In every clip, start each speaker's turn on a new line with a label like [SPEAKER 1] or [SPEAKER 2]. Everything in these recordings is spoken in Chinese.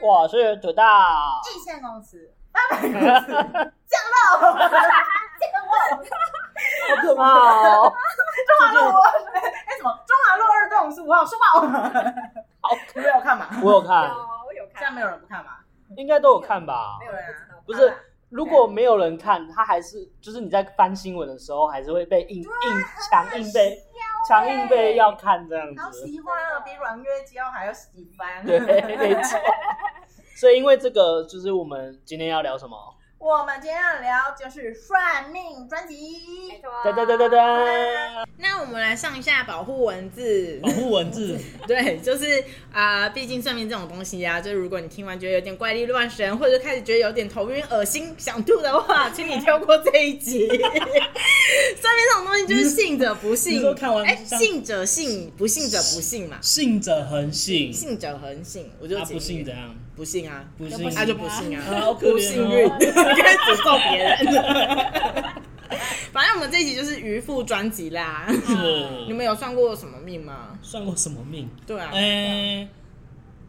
[SPEAKER 1] 我是土豆。
[SPEAKER 2] 蓟县公司，八百公司，酱肉，酱肉，
[SPEAKER 3] 好可怕！
[SPEAKER 1] 哦，
[SPEAKER 2] 中华路五，哎什么？中华路二段五十五号，说话。
[SPEAKER 1] 好，
[SPEAKER 2] 你们有看吗？
[SPEAKER 1] 我有看，
[SPEAKER 3] 有我有
[SPEAKER 2] 啊现在
[SPEAKER 3] 看，
[SPEAKER 2] 没有人不看吗？
[SPEAKER 1] 应该都有看吧
[SPEAKER 3] 没？有人不知道，
[SPEAKER 1] 不是，如果没有人看，他还是就是你在翻新闻的时候，还是会被硬
[SPEAKER 2] 啊
[SPEAKER 1] 硬强硬被强硬被要看这样
[SPEAKER 2] 好
[SPEAKER 1] 子。
[SPEAKER 2] 喜欢啊，比阮月娇还要喜欢。
[SPEAKER 1] 对，没错。所以因为这个，就是我们今天要聊什么？
[SPEAKER 2] 我们今天要聊就是算命专
[SPEAKER 3] 没
[SPEAKER 2] 辑。
[SPEAKER 3] 错，
[SPEAKER 1] 哒哒哒哒哒，
[SPEAKER 2] 那我们来上一下保护文字
[SPEAKER 1] 保护文字。
[SPEAKER 2] 对，就是啊、呃毕竟算命这种东西啊，就是如果你听完觉得有点怪力乱神，或者开始觉得有点头晕、恶心、想吐的话，请你跳过这一集。 算命这种东西就是信者不
[SPEAKER 4] 你
[SPEAKER 2] 信
[SPEAKER 4] 说，看完
[SPEAKER 2] 哎、
[SPEAKER 4] 像
[SPEAKER 2] 信者信，不信者不信嘛，
[SPEAKER 4] 信者恒信，
[SPEAKER 2] 信者恒信，我就
[SPEAKER 4] 啊
[SPEAKER 2] 解
[SPEAKER 4] 不信
[SPEAKER 2] 约
[SPEAKER 4] 怎样？
[SPEAKER 2] 不信啊，
[SPEAKER 4] 不
[SPEAKER 5] 不
[SPEAKER 4] 信
[SPEAKER 5] 信
[SPEAKER 2] 那、就不信啊，
[SPEAKER 4] 啊好可怜哦
[SPEAKER 2] 不幸运， 开始诅咒别人。反正我们这一集就是渔夫专辑啦。
[SPEAKER 4] 是
[SPEAKER 2] 你们有算过什么命吗？
[SPEAKER 4] 算过什么命？
[SPEAKER 2] 对啊，
[SPEAKER 4] 哎，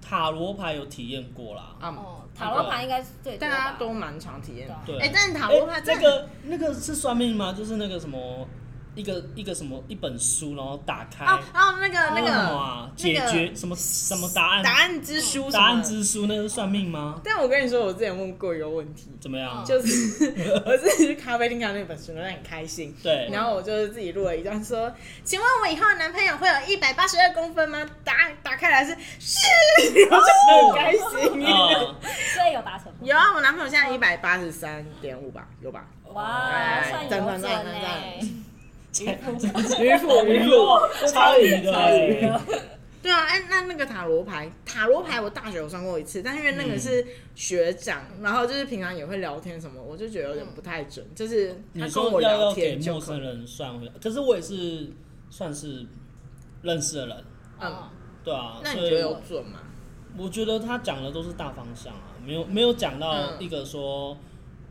[SPEAKER 4] 塔罗牌有体验过啦。
[SPEAKER 2] 啊、
[SPEAKER 5] 哦，塔罗牌应该是最多
[SPEAKER 2] 大家
[SPEAKER 5] 吧？
[SPEAKER 2] 都蛮常体验的。
[SPEAKER 4] 对，
[SPEAKER 2] 哎、但是塔罗牌
[SPEAKER 4] 哎
[SPEAKER 2] 真
[SPEAKER 4] 那
[SPEAKER 2] 的
[SPEAKER 4] 个那个是算命吗？就是那个什么一个一个什么一本书，然后打开
[SPEAKER 2] 哦哦，那个那
[SPEAKER 4] 什么
[SPEAKER 2] 个
[SPEAKER 4] 啊解决什么什么答案
[SPEAKER 2] 答案之书，
[SPEAKER 4] 答案。之书，那是算命吗？
[SPEAKER 2] 但我跟你说，我之前问过一个问题，
[SPEAKER 4] 怎么样？
[SPEAKER 5] 嗯
[SPEAKER 2] 就是我自己去咖啡厅看那本书，我很开心。
[SPEAKER 4] 对，
[SPEAKER 2] 然后我就是自己录了一段说，请问我以后的男朋友会有一百八十二公分吗？答案打开来是是，
[SPEAKER 4] 哦
[SPEAKER 2] 然后就很开心。
[SPEAKER 4] 啊
[SPEAKER 5] 所以有达成吗。
[SPEAKER 2] 有啊，我男朋友现在一百八十三点五吧，有吧？
[SPEAKER 5] 哇，
[SPEAKER 2] 哎
[SPEAKER 5] 算有
[SPEAKER 2] 赞赞
[SPEAKER 5] 准
[SPEAKER 2] 赞赞
[SPEAKER 5] 哎！
[SPEAKER 2] 渔夫
[SPEAKER 4] 鱼肉差鱼的欸，
[SPEAKER 2] 对啊，哎，那那个塔罗牌，塔罗牌我大学有算过一次，但因为那
[SPEAKER 4] 嗯
[SPEAKER 2] 个是学长，然后就是平常也会聊天什么，我就觉得有点不太准，就是他
[SPEAKER 4] 嗯你
[SPEAKER 2] 跟我
[SPEAKER 4] 说要
[SPEAKER 2] 聊
[SPEAKER 4] 要给
[SPEAKER 2] 天
[SPEAKER 4] 陌
[SPEAKER 2] 就可
[SPEAKER 4] 生人算回，可是我也是算是认识的人，
[SPEAKER 2] 嗯
[SPEAKER 5] 嗯，
[SPEAKER 4] 对啊。
[SPEAKER 2] 那你
[SPEAKER 4] 所以
[SPEAKER 2] 觉得有准吗？
[SPEAKER 4] 我觉得他讲的都是大方向啊，没有没有讲到
[SPEAKER 2] 嗯
[SPEAKER 4] 一个说、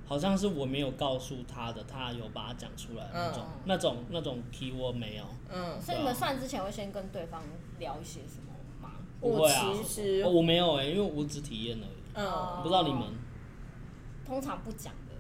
[SPEAKER 4] 好像是我没有告诉他的，他有把它讲出来的那种、
[SPEAKER 2] 嗯
[SPEAKER 4] 那种那种 keyword 没有。
[SPEAKER 2] 嗯，
[SPEAKER 5] 所以你们算之前会先跟对方聊一些什么吗？
[SPEAKER 4] 不
[SPEAKER 2] 我
[SPEAKER 4] 会啊
[SPEAKER 2] 其实
[SPEAKER 4] 哦我没有哎、因为我只体验而已，
[SPEAKER 2] 嗯
[SPEAKER 5] 哦
[SPEAKER 4] 不知道你们。
[SPEAKER 5] 通常不讲的，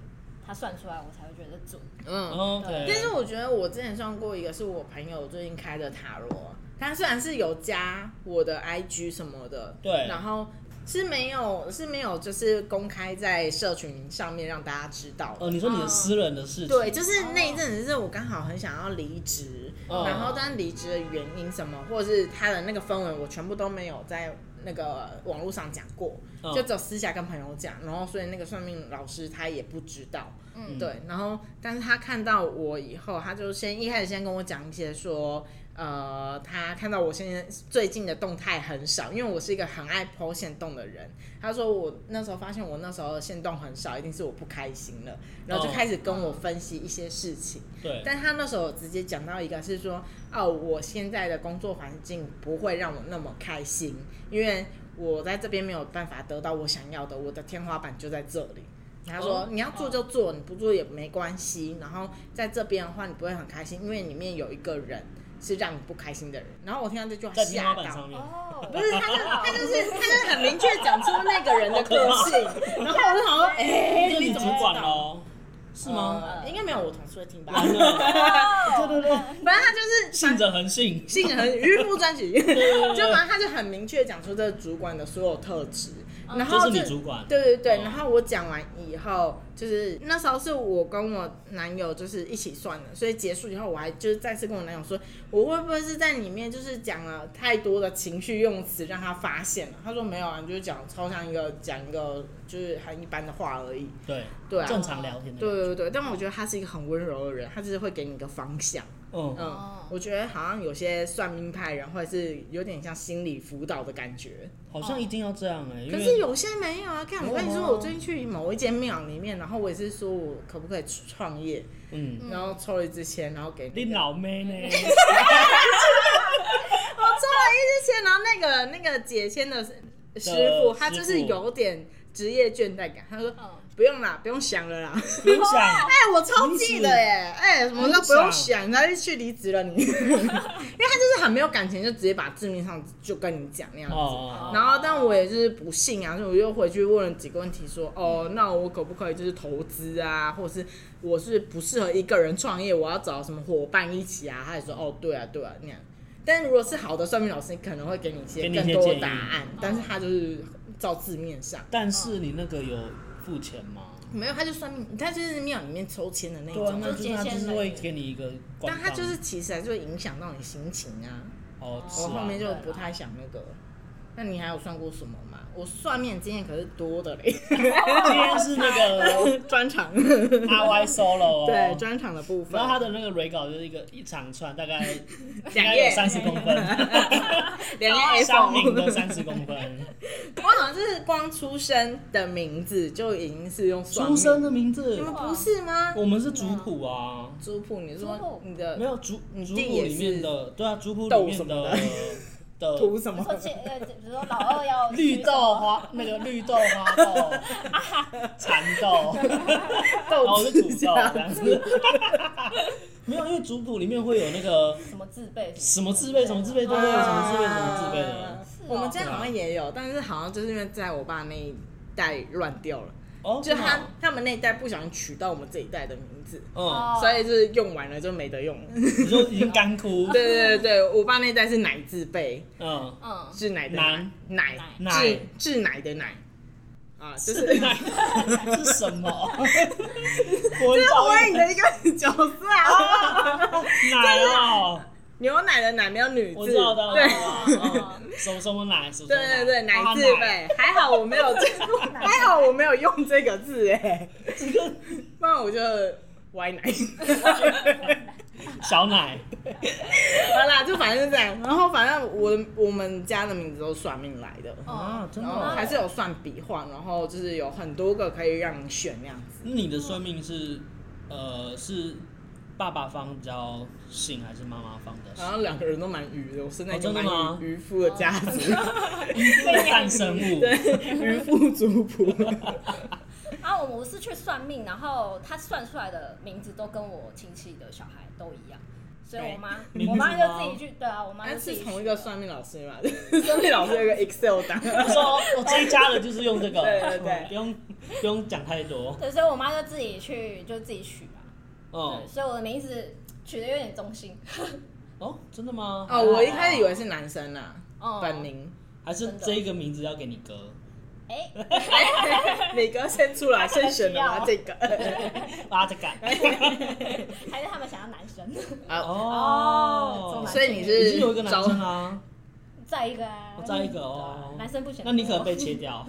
[SPEAKER 5] 他算出来我才会觉得准。
[SPEAKER 2] 嗯
[SPEAKER 4] 哦
[SPEAKER 5] 对
[SPEAKER 4] OK，
[SPEAKER 2] 但是我觉得我之前算过一个是我朋友最近开的塔罗，他虽然是有加我的 IG 什么的，
[SPEAKER 4] 对
[SPEAKER 2] 然后是没有是没有就是公开在社群上面让大家知道的。
[SPEAKER 4] 哦，你说你的私人的事情，
[SPEAKER 2] 嗯对，就是那一阵子是我刚好很想要离职，
[SPEAKER 4] 哦
[SPEAKER 2] 然后但离职的原因什么，或者是他的那个氛围，我全部都没有在那个网络上讲过，
[SPEAKER 4] 哦
[SPEAKER 2] 就只有私下跟朋友讲，然后所以那个算命老师他也不知道，
[SPEAKER 5] 嗯
[SPEAKER 2] 对，然后但是他看到我以后，他就先一开始先跟我讲一些说。呃，他看到我现在最近的动态很少，因为我是一个很爱剖线动的人。他说我那时候发现我那时候的线动很少，一定是我不开心了，然后就
[SPEAKER 4] 哦
[SPEAKER 2] 开始跟我分析一些事情。
[SPEAKER 4] 对，
[SPEAKER 2] 但他那时候有直接讲到一个是说，哦，我现在的工作环境不会让我那么开心，因为我在这边没有办法得到我想要的，我的天花板就在这里。他说、
[SPEAKER 4] 哦
[SPEAKER 2] 你要做就做，你不做也没关系。然后在这边的话，你不会很开心，因为里面有一个人是让你不开心的人。然后我听到这句话
[SPEAKER 4] 在天
[SPEAKER 2] 吓
[SPEAKER 4] 花板
[SPEAKER 2] 到
[SPEAKER 4] 上，面，
[SPEAKER 5] 哦，
[SPEAKER 2] 不是他就他就是他就是很明确讲出那个人的个 性。然后我就想说，哎、
[SPEAKER 4] 这
[SPEAKER 2] 你
[SPEAKER 4] 你
[SPEAKER 2] 怎
[SPEAKER 4] 主
[SPEAKER 2] 么
[SPEAKER 4] 管
[SPEAKER 2] 知道
[SPEAKER 4] 喽，是吗？
[SPEAKER 2] 呃应该没有我同事会听吧？
[SPEAKER 4] 完了，
[SPEAKER 5] 对对对，
[SPEAKER 2] 反正他就是
[SPEAKER 4] 信者恒信，
[SPEAKER 2] 性很渔夫专辑，
[SPEAKER 4] 对
[SPEAKER 2] 就反正他就很明确讲出这个主管的所有特质，然
[SPEAKER 4] 这
[SPEAKER 2] 后
[SPEAKER 4] 哦是你主管，
[SPEAKER 2] 对对对，
[SPEAKER 4] 哦
[SPEAKER 2] 然后我讲完以后，就是那时候是我跟我男友就是一起算的，所以结束以后，我还就是再次跟我男友说，我会不会是在里面就是讲了太多的情绪用词让他发现了？他说没有啊，你就讲超像一个讲一个就是很一般的话而已。
[SPEAKER 4] 对，
[SPEAKER 2] 对啊，
[SPEAKER 4] 正常聊天的，
[SPEAKER 2] 对，对对，但我觉得他是一个很温柔的人，他只是会给你一个方向。
[SPEAKER 4] 嗯，
[SPEAKER 2] 嗯
[SPEAKER 5] 哦，
[SPEAKER 2] 我觉得好像有些算命派人，或者是有点像心理辅导的感觉。
[SPEAKER 4] 好像一定要这样哎、因
[SPEAKER 2] 嗯可
[SPEAKER 4] 为
[SPEAKER 2] 是有些没有啊。看我跟你说，
[SPEAKER 4] 哦
[SPEAKER 2] 我最近去某一间庙里面，然后我也是说我可不可以创业，
[SPEAKER 4] 嗯，
[SPEAKER 2] 然后抽了一支签，然后给哦
[SPEAKER 4] 你
[SPEAKER 2] 那个
[SPEAKER 4] 老妹呢？
[SPEAKER 2] 我抽了一支签，然后那个那个解签的师傅，
[SPEAKER 4] 的
[SPEAKER 2] 他就是有点职业倦怠感。他说
[SPEAKER 5] 嗯，
[SPEAKER 2] 不用啦，不用想了啦。
[SPEAKER 4] 不用想，
[SPEAKER 2] 哎、我超记的耶！嗯哎、什么都不用想，他就去离职了你，因 为他就是很没有感情，就直接把致命伤就跟你讲那样子。
[SPEAKER 4] 哦，
[SPEAKER 2] 然后，但我也就是不信啊，所以我又回去问了几个问题说哦，那我可不可以就是投资啊，或者是我是不适合一个人创业，我要找什么伙伴一起啊？他也说哦，对啊，对啊那样。但如果是好的算命老师，可能会给你一些
[SPEAKER 4] 给你一
[SPEAKER 2] 更
[SPEAKER 4] 些
[SPEAKER 2] 多
[SPEAKER 4] 建议
[SPEAKER 2] 答案，但是他就是照字面上，
[SPEAKER 4] 但是你那个有付钱吗？
[SPEAKER 2] 没有，他就算命，他就是庙里面抽签的那
[SPEAKER 4] 对啊，
[SPEAKER 2] 种。
[SPEAKER 4] 那就是他
[SPEAKER 5] 就
[SPEAKER 4] 就是是会给你一个官
[SPEAKER 2] 但
[SPEAKER 4] 方，
[SPEAKER 2] 他就是其实还是会影响到你心情啊。
[SPEAKER 4] 哦，是
[SPEAKER 2] 我后面
[SPEAKER 4] 啊，
[SPEAKER 2] 就不太想那个了。那你还有算过什么吗？我算命经验可是多的 嘞，
[SPEAKER 4] 今天是那个
[SPEAKER 2] 专场。
[SPEAKER 4] R Y Solo 哦，
[SPEAKER 2] 对，专场的部分
[SPEAKER 4] 然。后他的那个 r 稿就是一个一长串，大概应
[SPEAKER 2] 两
[SPEAKER 4] 该
[SPEAKER 2] 页
[SPEAKER 4] 有三十公分，
[SPEAKER 2] 两个 F，
[SPEAKER 4] 商品的 三十公分，
[SPEAKER 2] 我好像就是光出生的名字就已经是用算
[SPEAKER 4] 出
[SPEAKER 2] 命
[SPEAKER 4] 生的，名
[SPEAKER 2] 你
[SPEAKER 4] 字
[SPEAKER 2] 们，不是吗？
[SPEAKER 4] 我们是族谱啊，
[SPEAKER 2] 族谱，你
[SPEAKER 5] 族
[SPEAKER 2] 说
[SPEAKER 5] 谱
[SPEAKER 2] 你的
[SPEAKER 4] 没有族
[SPEAKER 2] 你
[SPEAKER 4] 族
[SPEAKER 2] 弟
[SPEAKER 4] 谱
[SPEAKER 2] 也
[SPEAKER 4] 里面
[SPEAKER 2] 是
[SPEAKER 4] 的，对啊，族谱里
[SPEAKER 2] 豆
[SPEAKER 4] 面
[SPEAKER 2] 什么
[SPEAKER 4] 的的
[SPEAKER 2] 图什么？
[SPEAKER 5] 说前呃，比如说老二要
[SPEAKER 4] 绿豆花，那个绿豆花豆，蚕豆，然后
[SPEAKER 2] 豆
[SPEAKER 4] 哦是
[SPEAKER 2] 子
[SPEAKER 4] 土豆
[SPEAKER 2] 家
[SPEAKER 4] 这样子。没有，因为族谱里面会有那个
[SPEAKER 5] 什么自备
[SPEAKER 4] 什么自备，什么自备，对对对，什么自备，什么自备的
[SPEAKER 2] 啊。
[SPEAKER 5] 是哦
[SPEAKER 2] 我们家好像也有，但是好像就是因为在我爸那一代乱掉了，
[SPEAKER 4] 哦，
[SPEAKER 2] 就他
[SPEAKER 4] 真的
[SPEAKER 2] 他们那一代不小心取到我们这一代的名字，
[SPEAKER 4] 哦，
[SPEAKER 2] 所以就是用完了就没得用了。
[SPEAKER 4] 嗯，你就已经干枯，
[SPEAKER 2] 对对对对，我爸那一代是奶字辈，
[SPEAKER 4] 嗯，
[SPEAKER 5] 嗯，
[SPEAKER 2] 是奶的奶奶
[SPEAKER 4] 奶
[SPEAKER 2] 治治奶的奶 啊，就是
[SPEAKER 4] 是什么？我
[SPEAKER 2] 我也你的一个角色啊，
[SPEAKER 4] 奶哦，
[SPEAKER 2] 牛奶的奶没有女
[SPEAKER 4] 我
[SPEAKER 2] 字，
[SPEAKER 4] 知道的，
[SPEAKER 2] 对
[SPEAKER 4] 哦什么什么奶，什么什么
[SPEAKER 2] 对对对，奶
[SPEAKER 4] 啊
[SPEAKER 2] 字辈，还好我没有这， 还好我没有用这个字哎，不然我就歪 奶。
[SPEAKER 4] 小奶，
[SPEAKER 2] 好啦，就反正是这样。然后反正我的我们家的名字都算命来的，
[SPEAKER 4] 啊真
[SPEAKER 2] 然
[SPEAKER 4] 的
[SPEAKER 2] 后
[SPEAKER 4] 哦
[SPEAKER 2] 还是有算笔画，然后就是有很多个可以让你选那样子。
[SPEAKER 4] 那你的算命是，呃，是爸爸方比较信还是妈妈方的
[SPEAKER 2] 然后两个人都蛮愚的，我生在一个
[SPEAKER 4] 哦真的
[SPEAKER 2] 蛮
[SPEAKER 4] 吗
[SPEAKER 2] 愚愚夫的家 族，
[SPEAKER 4] 信？诞生物，
[SPEAKER 2] 愚夫族谱。
[SPEAKER 5] 啊，我我是去算命，然后他算出来的名字都跟我亲戚的小孩都一样，所以我妈
[SPEAKER 4] 名字
[SPEAKER 5] 我妈就
[SPEAKER 4] 吗
[SPEAKER 5] 自己去，对啊，我妈
[SPEAKER 2] 那
[SPEAKER 5] 就自己
[SPEAKER 2] 哎是
[SPEAKER 5] 去
[SPEAKER 2] 同一个算命老师嘛？ 算命老师有个 Excel 档，
[SPEAKER 4] 他说我这一家的就是用这个，
[SPEAKER 2] 对对对
[SPEAKER 4] 不用不用讲太多，
[SPEAKER 5] 对，所以我妈就自己去就自己取啊，
[SPEAKER 4] 哦
[SPEAKER 5] 对，所以我的名字取的有点中性，
[SPEAKER 4] 哦，真的吗？
[SPEAKER 2] 哦，我一开始以为是男生啦，
[SPEAKER 5] 哦
[SPEAKER 2] 本宁。
[SPEAKER 4] 还是
[SPEAKER 5] 真的
[SPEAKER 4] 这一个名字要给你哥，
[SPEAKER 5] 哎，
[SPEAKER 2] 每个先出来，先选了
[SPEAKER 5] 需
[SPEAKER 2] 吗？
[SPEAKER 5] 要
[SPEAKER 2] 这 个
[SPEAKER 4] 拉着干，
[SPEAKER 5] 还是他们想要男生，
[SPEAKER 2] 啊，
[SPEAKER 5] 哦
[SPEAKER 4] 哦
[SPEAKER 5] 重，
[SPEAKER 2] 所以你
[SPEAKER 4] 已
[SPEAKER 2] 是
[SPEAKER 4] 经有一个男
[SPEAKER 2] 招
[SPEAKER 4] 生啊，
[SPEAKER 5] 再一个啊
[SPEAKER 4] 哦，再一个
[SPEAKER 5] 对啊
[SPEAKER 4] 哦
[SPEAKER 5] 男生不想，
[SPEAKER 4] 那你可能被切掉，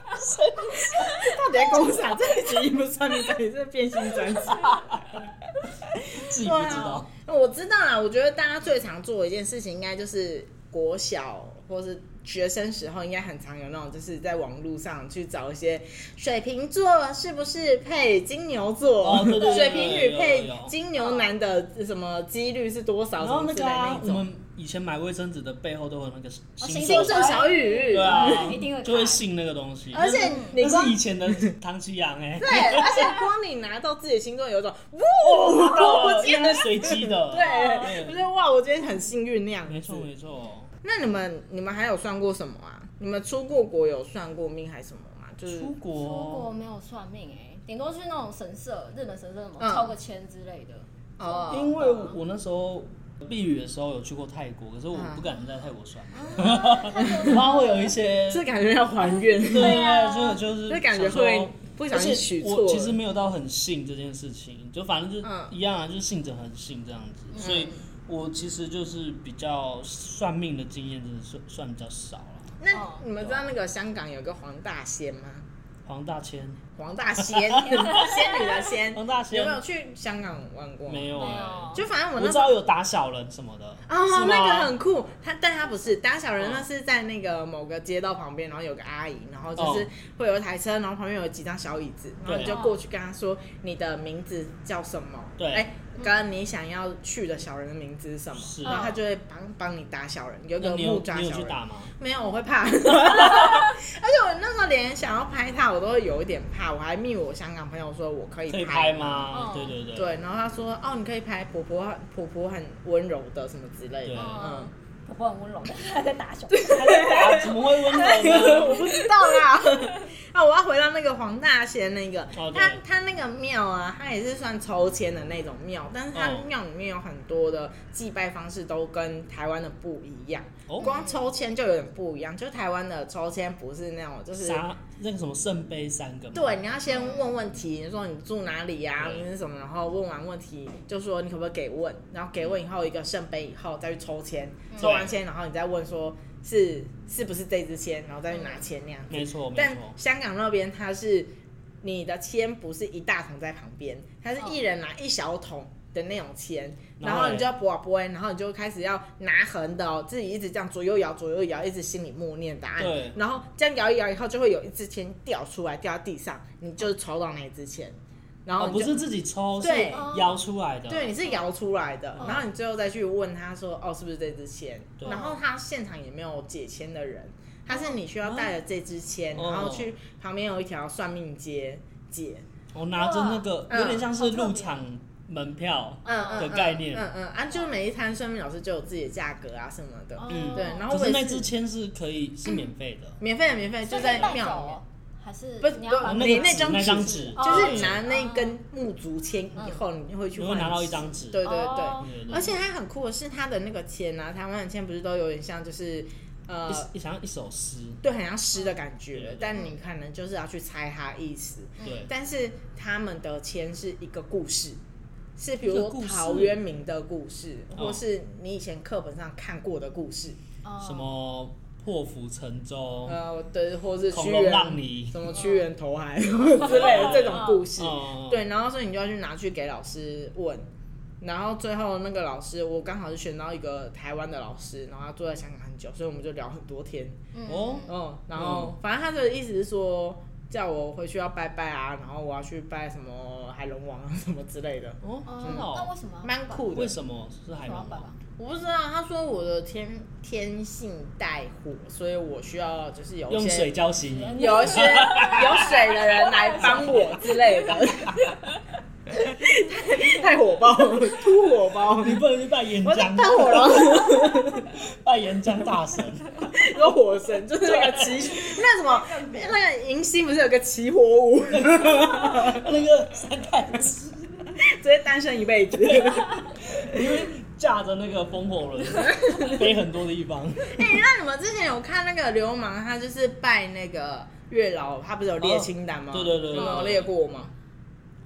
[SPEAKER 2] 到底在公 司啊？ 这一集不算命，这里是变心专辑。
[SPEAKER 4] 自己不知道。
[SPEAKER 2] 对啊我知道啦，我觉得大家最常做的一件事情，应该就是国小或是学生时候，应该很常有那种，就是在网络上去找一些水瓶座是不是配金牛座，
[SPEAKER 4] 哦对对 对
[SPEAKER 2] 水瓶女
[SPEAKER 4] 有
[SPEAKER 2] 配
[SPEAKER 4] 有有
[SPEAKER 2] 金牛男的什么几率是多少，
[SPEAKER 4] 然
[SPEAKER 2] 什
[SPEAKER 4] 后
[SPEAKER 2] 么
[SPEAKER 4] 那
[SPEAKER 2] 之类
[SPEAKER 4] 个
[SPEAKER 2] 的
[SPEAKER 4] 啊
[SPEAKER 2] 那，
[SPEAKER 4] 我
[SPEAKER 2] 种。
[SPEAKER 4] 们以前买卫生纸的背后都有那个星
[SPEAKER 5] 星
[SPEAKER 2] 星
[SPEAKER 4] 座
[SPEAKER 5] 座
[SPEAKER 2] 座小雨，
[SPEAKER 4] 对啊
[SPEAKER 5] 一定会，看
[SPEAKER 4] 就会信那个东西。
[SPEAKER 2] 而且你
[SPEAKER 4] 那
[SPEAKER 2] 光
[SPEAKER 4] 是以前的唐奇阳哎，
[SPEAKER 2] 对，而且光你拿到自己的星座，有一 种哇， 我今天
[SPEAKER 4] 因为是随机 的。
[SPEAKER 2] 对，我觉得哇，我今天很幸运那样子。
[SPEAKER 4] 没错没错。
[SPEAKER 2] 那你们你们还有算过什么啊？你们出过国有算过命还是什么吗？就是
[SPEAKER 4] 出
[SPEAKER 5] 出国
[SPEAKER 4] 国
[SPEAKER 5] 没有算命哎，顶多去那种神社，日本神社什么
[SPEAKER 2] 嗯
[SPEAKER 5] 超个签之类的，
[SPEAKER 2] 哦，
[SPEAKER 4] 因为我那时候避雨的时候有去过泰国，可是我
[SPEAKER 2] 嗯
[SPEAKER 4] 不敢在泰国算，
[SPEAKER 5] 然
[SPEAKER 4] 然后会有一些
[SPEAKER 2] 是感觉要还愿，
[SPEAKER 4] 对对
[SPEAKER 5] 啊
[SPEAKER 4] 对，就就是
[SPEAKER 2] 就感觉
[SPEAKER 4] 想说
[SPEAKER 2] 会不小
[SPEAKER 4] 而
[SPEAKER 2] 心
[SPEAKER 4] 且
[SPEAKER 2] 取错
[SPEAKER 4] 我
[SPEAKER 2] 了。
[SPEAKER 4] 其实没有到很信这件事情，就反正就
[SPEAKER 2] 嗯
[SPEAKER 4] 一样啊，就是信者很信这样子，所以我其实就是比较算命的经验，真的算算比较少了。
[SPEAKER 2] 那你们知道那个香港有个黄大仙 吗？
[SPEAKER 4] 黄大千
[SPEAKER 2] 黄大仙，仙女的仙。
[SPEAKER 4] 黄大
[SPEAKER 2] 你
[SPEAKER 4] 仙
[SPEAKER 2] 有没有去香港玩过？
[SPEAKER 4] 没。有
[SPEAKER 5] 没
[SPEAKER 4] 哎
[SPEAKER 5] 有，
[SPEAKER 2] 就反正我
[SPEAKER 4] 我
[SPEAKER 2] 那
[SPEAKER 4] 知
[SPEAKER 2] 时候
[SPEAKER 4] 道有打小人什么的
[SPEAKER 2] 哦
[SPEAKER 4] 是，
[SPEAKER 2] 那个
[SPEAKER 4] 吗
[SPEAKER 2] 很酷。他但他不是打小人，
[SPEAKER 4] 嗯
[SPEAKER 2] 那是在那个某个街道旁边，然后有个阿姨，然后就是
[SPEAKER 4] 哦
[SPEAKER 2] 会有一台车，然后旁边有几张小椅子，然后
[SPEAKER 4] 对
[SPEAKER 2] 你就过去跟他说你的名字叫什么？
[SPEAKER 4] 对
[SPEAKER 2] 哎，跟你想要去的小人的名字是什么，
[SPEAKER 4] 是啊
[SPEAKER 2] 然后他就会帮帮你打小人，有一
[SPEAKER 4] 那
[SPEAKER 2] 个
[SPEAKER 4] 你
[SPEAKER 2] 木
[SPEAKER 4] 有
[SPEAKER 2] 扎
[SPEAKER 4] 你有
[SPEAKER 2] 小
[SPEAKER 4] 去
[SPEAKER 2] 人。
[SPEAKER 4] 打吗？
[SPEAKER 2] 没有，我会 怕，而且我那时候连想要拍他，我都会有一点怕，我还密我香港朋友说我可以
[SPEAKER 4] 可以
[SPEAKER 2] 拍
[SPEAKER 4] 拍
[SPEAKER 2] 吗？
[SPEAKER 4] 吗？
[SPEAKER 5] 嗯
[SPEAKER 4] 对对对，
[SPEAKER 2] 对，然后他说哦，你可以拍婆婆，婆婆很温柔的什么之类的，
[SPEAKER 4] 对
[SPEAKER 2] 嗯
[SPEAKER 5] 嗯，，婆婆很温柔，但是她在 打小孩。
[SPEAKER 4] 啊怎么会温 柔
[SPEAKER 2] 我
[SPEAKER 4] 呢？
[SPEAKER 2] 不 知道啦。啊，我要回到那个黄大仙那个，
[SPEAKER 4] 哦对
[SPEAKER 2] 他他那个庙啊，他也是算抽签的那种庙，但是他
[SPEAKER 4] 哦
[SPEAKER 2] 庙里面有很多的祭拜方式都跟台湾的不一样，
[SPEAKER 4] 哦，
[SPEAKER 2] 光抽签就有点不一样，就是台湾的抽签不是那种就是。
[SPEAKER 4] 啥那个什么圣杯三个嘛，
[SPEAKER 2] 对，你要先问问题，你说你住哪里呀、
[SPEAKER 4] 对
[SPEAKER 2] 你是什么？然后问完问题就说你可不可以给问，然后给问以后一个圣杯以后再去抽签，抽完签然后你再问说是是不是这支签，然后再去拿签那样子。
[SPEAKER 4] 没错没
[SPEAKER 2] 但
[SPEAKER 4] 错，
[SPEAKER 2] 香港那边它是你的签不是一大桶在旁边，它是一人拿一小桶的那种签，
[SPEAKER 4] 哦然
[SPEAKER 2] 然
[SPEAKER 4] 后
[SPEAKER 2] 后你
[SPEAKER 4] 嘞
[SPEAKER 2] 就要拨啊拨，然后你就开始要拿横的哦，自己一直这样左右摇左右摇，一直心里默念答案
[SPEAKER 4] 对，
[SPEAKER 2] 然后这样摇一摇以后就会有一支签掉出来掉到地上，你就是抽到那一支签，然后
[SPEAKER 4] 哦
[SPEAKER 2] 你
[SPEAKER 4] 不
[SPEAKER 2] 就是
[SPEAKER 4] 自己抽，是
[SPEAKER 2] 对
[SPEAKER 4] 摇出来的，
[SPEAKER 2] 对，你是摇出来的，
[SPEAKER 5] 嗯
[SPEAKER 2] 然后你最后再去问他说，哦，是不是这支签？
[SPEAKER 4] 对
[SPEAKER 2] 然后他现场也没有解签的人，他是你需要带着这支签，
[SPEAKER 4] 哦
[SPEAKER 2] 然后去旁边有一条算命街解，
[SPEAKER 4] 我拿着那个
[SPEAKER 2] 哇
[SPEAKER 4] 有点像
[SPEAKER 5] 嗯
[SPEAKER 4] 是
[SPEAKER 5] 好特别
[SPEAKER 4] 入场门票，
[SPEAKER 2] 嗯嗯
[SPEAKER 4] 的概念
[SPEAKER 2] 嗯嗯，啊，就是每一摊算命老师就有自己的价格啊什么的，
[SPEAKER 5] 哦
[SPEAKER 4] 嗯
[SPEAKER 2] 对，然后我
[SPEAKER 4] 可是
[SPEAKER 2] 也
[SPEAKER 4] 那支签是可以是免费的，
[SPEAKER 2] 免费的免费
[SPEAKER 5] 所
[SPEAKER 2] 就
[SPEAKER 5] 以
[SPEAKER 2] 在
[SPEAKER 5] 带
[SPEAKER 2] 庙里
[SPEAKER 5] 走
[SPEAKER 2] 面
[SPEAKER 5] 哦。还是
[SPEAKER 2] 不是
[SPEAKER 5] 你要把
[SPEAKER 4] 哦
[SPEAKER 2] 你
[SPEAKER 4] 那个
[SPEAKER 2] 那
[SPEAKER 4] 纸
[SPEAKER 2] 张
[SPEAKER 4] 那张纸
[SPEAKER 2] 就是
[SPEAKER 5] 哦
[SPEAKER 2] 你拿那
[SPEAKER 5] 哦
[SPEAKER 2] 根木竹签以后，你会去
[SPEAKER 4] 你
[SPEAKER 2] 换
[SPEAKER 4] 会拿到
[SPEAKER 2] 纸
[SPEAKER 4] 一张纸，
[SPEAKER 2] 对对对，
[SPEAKER 5] 哦
[SPEAKER 4] 对对对
[SPEAKER 2] 而且它很酷的是，它的那个签啊，台湾的签不是都有点像就是呃，
[SPEAKER 4] 一一像一首诗，
[SPEAKER 2] 对，很像诗的感
[SPEAKER 4] 对
[SPEAKER 2] 觉
[SPEAKER 4] 对，
[SPEAKER 2] 但你可能就是要去猜它意思。
[SPEAKER 4] 对，
[SPEAKER 2] 但是他们的签是一个故事，是比
[SPEAKER 4] 一个
[SPEAKER 2] 如
[SPEAKER 4] 故事
[SPEAKER 2] 陶渊明的故事，
[SPEAKER 4] 哦
[SPEAKER 2] 或是你以前课本上看过的故事，
[SPEAKER 5] 哦
[SPEAKER 4] 什么破釜沉舟，
[SPEAKER 2] 呃，对，或是屈
[SPEAKER 4] 哦恐龙
[SPEAKER 2] 原
[SPEAKER 4] 让梨，
[SPEAKER 2] 什么屈原投海之类的这种故事。
[SPEAKER 4] 哦，
[SPEAKER 2] 对，然后所以你就要去拿去给老师问，然后最后那个老师，我刚好是选到一个台湾的老师，然后他住在香港很久，所以我们就聊很多天。
[SPEAKER 4] 哦
[SPEAKER 2] 嗯，然后、反正他的意思是说，叫我回去要拜拜啊，然后我要去拜什么海龙王啊什么之类的，
[SPEAKER 4] 哦，真的
[SPEAKER 5] 那
[SPEAKER 4] 哦
[SPEAKER 5] 为，什么
[SPEAKER 2] 蛮酷的
[SPEAKER 4] 为。什么是
[SPEAKER 5] 为
[SPEAKER 4] 海
[SPEAKER 5] 什么要
[SPEAKER 4] 王
[SPEAKER 5] 爸爸
[SPEAKER 4] 王？？
[SPEAKER 2] 我不知道，他说我的天天性带火，所以我需要就是有一
[SPEAKER 4] 用
[SPEAKER 2] 些
[SPEAKER 4] 水浇醒你，
[SPEAKER 2] 有一啊些 有水的人来帮我之类 的，太火爆了，突火爆，
[SPEAKER 4] 你不能去拜岩
[SPEAKER 2] 我在
[SPEAKER 4] 浆，
[SPEAKER 2] 喷火龙，
[SPEAKER 4] 拜岩浆大神，
[SPEAKER 2] 有火神，就是那个起那什么那个迎新不是有个起火舞，
[SPEAKER 4] 那个三太子
[SPEAKER 2] 直接单身一辈子。
[SPEAKER 4] 驾着那个风火轮飞很多地方，
[SPEAKER 2] 哎、那你们之前有看那个流氓，他就是拜那个月老，他不是有列清单吗？
[SPEAKER 4] 哦对对对对
[SPEAKER 2] 你们有
[SPEAKER 4] 对
[SPEAKER 2] 列过吗？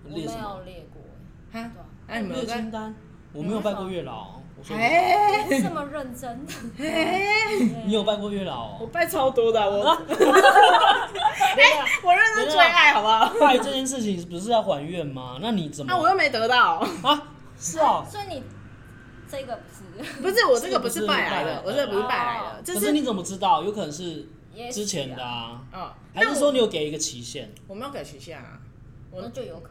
[SPEAKER 5] 我没
[SPEAKER 4] 列什么
[SPEAKER 5] 有列过
[SPEAKER 2] 哈
[SPEAKER 5] 对啊，
[SPEAKER 2] 那你们有
[SPEAKER 4] 列
[SPEAKER 2] 在
[SPEAKER 4] 清？单？我没有拜过月老，我说
[SPEAKER 2] 哎
[SPEAKER 5] 欸，这么认真，
[SPEAKER 2] 哎、
[SPEAKER 4] 你有拜过月老
[SPEAKER 2] 我
[SPEAKER 4] 哦？
[SPEAKER 2] 拜超多的 啊，我
[SPEAKER 4] 对啊
[SPEAKER 2] 哎我认真追爱，好不好？
[SPEAKER 4] 拜这件事情不是要还愿吗？那你怎么
[SPEAKER 2] 啊，我又没得到。
[SPEAKER 4] 啊？是哦，
[SPEAKER 5] 所以你这个不是，
[SPEAKER 2] 不是我这个不是拜来
[SPEAKER 4] 这个
[SPEAKER 2] 的，
[SPEAKER 4] 不
[SPEAKER 2] 我
[SPEAKER 4] 是
[SPEAKER 2] 这个不是拜来的
[SPEAKER 5] 哦，
[SPEAKER 2] 就
[SPEAKER 4] 可是你怎么知道？有可能是
[SPEAKER 5] 也许啊
[SPEAKER 4] 之前的啊，
[SPEAKER 2] 哦，
[SPEAKER 4] 还
[SPEAKER 2] 那
[SPEAKER 4] 是
[SPEAKER 2] 我
[SPEAKER 4] 说你有给一个期限？
[SPEAKER 2] 我没有给期限啊，我
[SPEAKER 5] 那就有可能。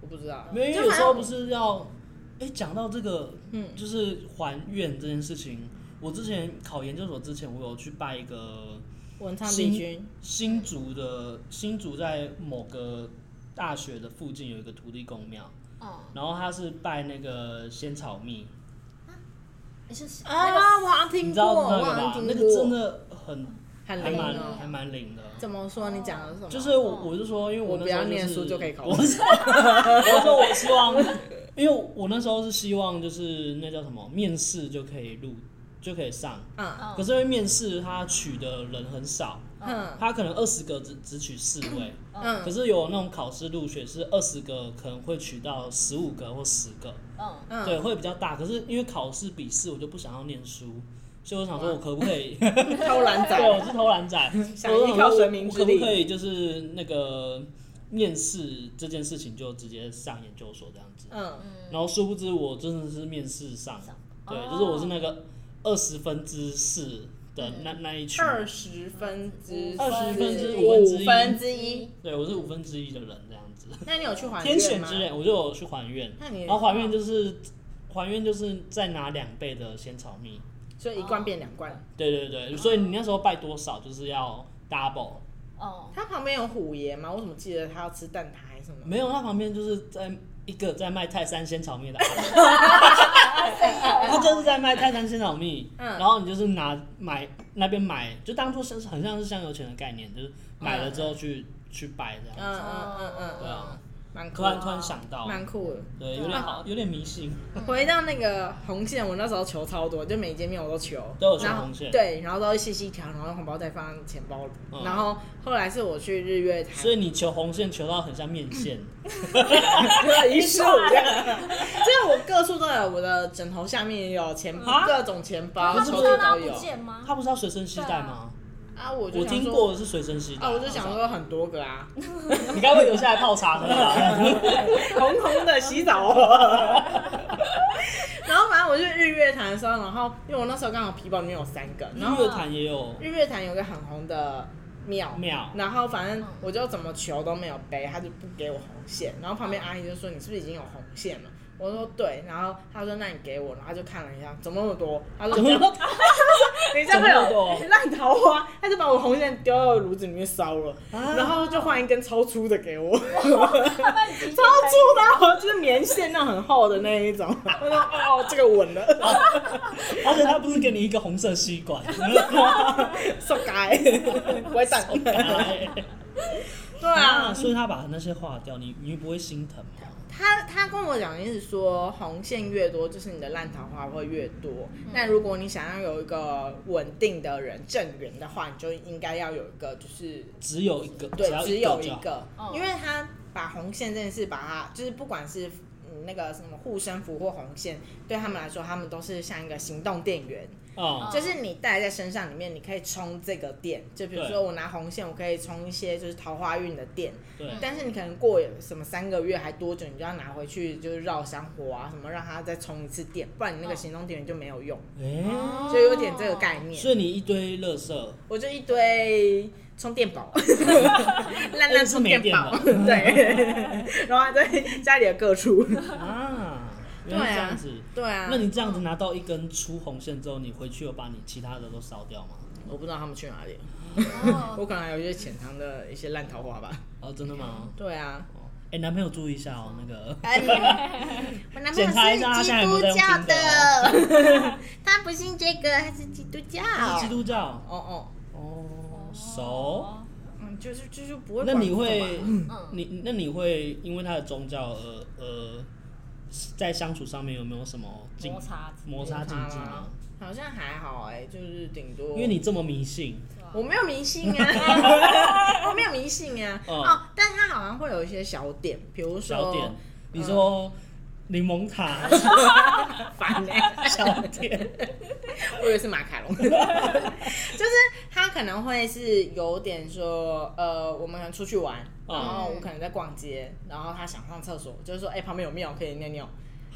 [SPEAKER 2] 我不知道，
[SPEAKER 4] 没有，因为
[SPEAKER 2] 就
[SPEAKER 4] 有
[SPEAKER 2] 好
[SPEAKER 4] 时
[SPEAKER 2] 像
[SPEAKER 4] 候不是要，哎，讲到这个，
[SPEAKER 2] 嗯
[SPEAKER 4] 就是还愿这件事情，我之前考研究所之前，我有去拜一个
[SPEAKER 2] 文昌帝君，
[SPEAKER 4] 新竹的新竹在某个大学的附近有一个土地公庙，
[SPEAKER 5] 哦，
[SPEAKER 4] 然后他是拜那个仙草蜜，
[SPEAKER 5] 你是
[SPEAKER 2] 啊，我好像
[SPEAKER 4] 你
[SPEAKER 2] 听
[SPEAKER 4] 知
[SPEAKER 2] 过，
[SPEAKER 4] 道
[SPEAKER 2] 我
[SPEAKER 4] 那个
[SPEAKER 2] 好像
[SPEAKER 4] 吧？
[SPEAKER 2] 听
[SPEAKER 4] 那
[SPEAKER 2] 过，
[SPEAKER 4] 个真的很
[SPEAKER 2] 很
[SPEAKER 4] 还
[SPEAKER 2] 灵
[SPEAKER 4] 蛮
[SPEAKER 2] 哦
[SPEAKER 4] 还蛮灵的。
[SPEAKER 2] 怎么说？你讲的是什么？
[SPEAKER 4] 就是我，我就说，因为
[SPEAKER 2] 我
[SPEAKER 4] 那
[SPEAKER 2] 不
[SPEAKER 4] 时候、
[SPEAKER 2] 要
[SPEAKER 4] 就是、
[SPEAKER 2] 念书就可以考
[SPEAKER 4] 我是，我说我希望，因为我那时候是希望就是那叫什么面试就可以录就可以上，
[SPEAKER 2] 嗯
[SPEAKER 4] 可是因为面试他取的人很少，
[SPEAKER 2] 嗯
[SPEAKER 4] 他可能二十个只只取四位，可
[SPEAKER 2] 嗯
[SPEAKER 4] 是有那种考试入学是二十个可能会取到十五个或十个，
[SPEAKER 5] 嗯，
[SPEAKER 2] 嗯，
[SPEAKER 4] 对，会比较大。可是因为考试笔试，我就不想要念书，所以我想说我可不可以？
[SPEAKER 2] 偷懒
[SPEAKER 4] 对，我
[SPEAKER 2] 仔，
[SPEAKER 4] 是偷懒仔，
[SPEAKER 2] 想
[SPEAKER 4] 我
[SPEAKER 2] 依
[SPEAKER 4] 就
[SPEAKER 2] 靠
[SPEAKER 4] 想说
[SPEAKER 2] 神明
[SPEAKER 4] 我
[SPEAKER 2] 之
[SPEAKER 4] 可不
[SPEAKER 2] 力
[SPEAKER 4] 可以就是那个面试这件事情就直接上研究所这样子？
[SPEAKER 2] 嗯
[SPEAKER 4] 然后殊不知我真的是面试上，
[SPEAKER 5] 上
[SPEAKER 4] 对，
[SPEAKER 5] 哦
[SPEAKER 4] 就是我是那个二十分之四的那那一群，
[SPEAKER 2] 嗯二十分之
[SPEAKER 4] 20分之
[SPEAKER 2] 五
[SPEAKER 4] 五
[SPEAKER 2] 分
[SPEAKER 4] 分
[SPEAKER 2] 之一。
[SPEAKER 4] 对我是五分之一的人这样子。
[SPEAKER 2] 那你有去还
[SPEAKER 4] 天
[SPEAKER 2] 愿
[SPEAKER 4] 选
[SPEAKER 2] 吗？
[SPEAKER 4] 之人，我就有去还愿，
[SPEAKER 2] 那你
[SPEAKER 4] 然后还愿就是还愿就是再拿两倍的仙草蜜，
[SPEAKER 2] 所以一罐变两罐。
[SPEAKER 4] 对对对，所以你那时候拜多少就是要 double，
[SPEAKER 5] 哦，
[SPEAKER 2] 它旁边有虎爷吗？我怎么记得他要吃蛋挞还是什么？
[SPEAKER 4] 没有，它旁边就是在一个在卖泰山仙草 蜜的阿伯，他就是在卖泰山仙草蜜，
[SPEAKER 2] 嗯
[SPEAKER 4] 然后你就是拿买那边买，就当做像是很像是香油钱的概念，就是买了之后去去拜这
[SPEAKER 2] 嗯
[SPEAKER 4] 样。
[SPEAKER 2] 嗯嗯嗯
[SPEAKER 4] 对啊
[SPEAKER 2] 嗯，蛮
[SPEAKER 4] 突
[SPEAKER 2] 酷
[SPEAKER 4] 然
[SPEAKER 2] 的，
[SPEAKER 4] 突然想到，
[SPEAKER 2] 蛮酷的。嗯
[SPEAKER 4] 对，有点好，有点迷信。
[SPEAKER 2] 回到那个红线，我那时候求超多，就每一间面我都求，
[SPEAKER 4] 都有求
[SPEAKER 2] 然后
[SPEAKER 4] 红线
[SPEAKER 2] 对，然后都会细细调，然后红包袋放在钱包里。
[SPEAKER 4] 嗯
[SPEAKER 2] 然后后来是我去日月潭，
[SPEAKER 4] 所以你求红线求到很像面 线，
[SPEAKER 2] 一束这样，就是我各处都有，我的枕头下面也有钱，
[SPEAKER 4] 啊
[SPEAKER 2] 各种钱包、
[SPEAKER 5] 他
[SPEAKER 2] 抽
[SPEAKER 5] 不
[SPEAKER 2] 屉
[SPEAKER 5] 是
[SPEAKER 2] 都
[SPEAKER 5] 拉
[SPEAKER 2] 有
[SPEAKER 5] 不。见吗？
[SPEAKER 4] 它不是要随身携带吗？
[SPEAKER 2] 啊，我就
[SPEAKER 4] 我
[SPEAKER 2] 想说
[SPEAKER 4] 听过的是随身携带。
[SPEAKER 2] 啊，我就想说很多个啊，
[SPEAKER 4] 你该不会留下来泡茶 喝吧？
[SPEAKER 2] 红红的洗澡 哦。然后反正我去日月潭的时候，然后因为我那时候刚好皮包里面有三个，然
[SPEAKER 4] 然
[SPEAKER 2] 后
[SPEAKER 4] 后坛也有
[SPEAKER 2] 日月潭有个很红的庙，
[SPEAKER 4] 庙
[SPEAKER 2] 然后反正我就怎么求都没有背，他就不给我红线。然后旁边阿姨就说：“你是不是已经有红线了？”我说：“对。”然后他说：“那你给我。”然后他就看了一下，怎么那么多？他说：“
[SPEAKER 4] 怎么那么
[SPEAKER 2] 多？你这样会
[SPEAKER 4] 怎么那么多
[SPEAKER 2] 有烂桃花。”他就把我红线丢到炉子里面烧了，然后就换一根超粗的给我，
[SPEAKER 5] 他帮你提前
[SPEAKER 2] 超粗的，就是棉线那种很厚的那一种。我说：“哦，这个稳了，
[SPEAKER 4] 而且他不是给你一个红色吸管，
[SPEAKER 2] 受该，不会散。”
[SPEAKER 4] 哎
[SPEAKER 2] 对啊
[SPEAKER 4] 啊，，所以他把那些化掉，你你不会心疼吗？
[SPEAKER 2] 他他跟我讲，意思说红线越多，就是你的烂桃花会越多。那如果你想要有一个稳定的人正缘的话，你就应该要有一个，就是
[SPEAKER 4] 只有一个，
[SPEAKER 2] 对，
[SPEAKER 4] 要
[SPEAKER 2] 只
[SPEAKER 4] 有
[SPEAKER 2] 有一
[SPEAKER 4] 就好。
[SPEAKER 2] 个
[SPEAKER 5] 嗯，
[SPEAKER 2] 因为他把红线这件事，把它就是不管是嗯那个什么护身符或红线，对他们来说，他们都是像一个行动电源，
[SPEAKER 4] 哦，
[SPEAKER 2] 就是你带在身上里面，你可以充这个电。就比如
[SPEAKER 4] 对
[SPEAKER 2] 说我拿红线，我可以充一些就是桃花运的电，
[SPEAKER 4] 对，
[SPEAKER 2] 但是你可能过什么三个月还多久，你就要拿回去就是绕香火啊什么，让它再充一次电，不然你那个行动电源就没有用，
[SPEAKER 4] 哎，
[SPEAKER 5] 哦
[SPEAKER 2] 就有点这个概念。
[SPEAKER 4] 所以你一堆 垃圾，
[SPEAKER 2] 我就一堆充电宝，烂烂充电宝，
[SPEAKER 4] 哎是
[SPEAKER 2] 对，然后还在家里的各 处。
[SPEAKER 4] 啊，
[SPEAKER 2] 对
[SPEAKER 4] 原来这样
[SPEAKER 2] 啊
[SPEAKER 4] 子。，
[SPEAKER 2] 对啊。
[SPEAKER 4] 那你这样子拿到一根粗红线之后，你回去有把你其他的都烧掉吗？
[SPEAKER 2] 我不知道他们去哪里，
[SPEAKER 5] 哦
[SPEAKER 2] 我可能还有一些潜藏的一些烂桃花吧。
[SPEAKER 4] 哦，真的吗？
[SPEAKER 2] 对啊，
[SPEAKER 4] 哦，哎，男朋友注意一下哦，那个
[SPEAKER 2] 哎，我男朋友
[SPEAKER 4] 检查一下他
[SPEAKER 2] 是
[SPEAKER 4] 现
[SPEAKER 2] 基
[SPEAKER 4] 在有没
[SPEAKER 2] 督
[SPEAKER 4] 有在用
[SPEAKER 2] 教
[SPEAKER 4] 听
[SPEAKER 2] 的， 他不信这个，他是基督教。
[SPEAKER 4] 是基督教
[SPEAKER 2] 哦哦，
[SPEAKER 4] 哦，熟。
[SPEAKER 2] 嗯，就是就是不会管这种嘛。
[SPEAKER 4] 那你
[SPEAKER 2] 哦
[SPEAKER 4] 会，
[SPEAKER 5] 嗯，
[SPEAKER 4] 你那你会因为他的宗教而而在相处上面有没有什么禁
[SPEAKER 5] 摩擦之类的
[SPEAKER 4] 摩擦禁忌吗？
[SPEAKER 2] 好像还好哎、就是顶多
[SPEAKER 4] 因为你这么迷信，
[SPEAKER 2] 我没有迷信啊，我 没有迷信啊。
[SPEAKER 4] 嗯
[SPEAKER 2] 哦，但他好像会有一些小点，比如
[SPEAKER 4] 小点
[SPEAKER 2] 说，
[SPEAKER 4] 你
[SPEAKER 2] 嗯
[SPEAKER 4] 说柠 檬塔，
[SPEAKER 2] 烦哎、
[SPEAKER 4] 小点，
[SPEAKER 2] 我以为是马卡龙， 就是他可能会是有点说，呃，我们可能出去玩，
[SPEAKER 4] 嗯
[SPEAKER 2] 然后我可能在逛街，然后他想上厕所，就是说，哎、旁边有庙可以尿尿。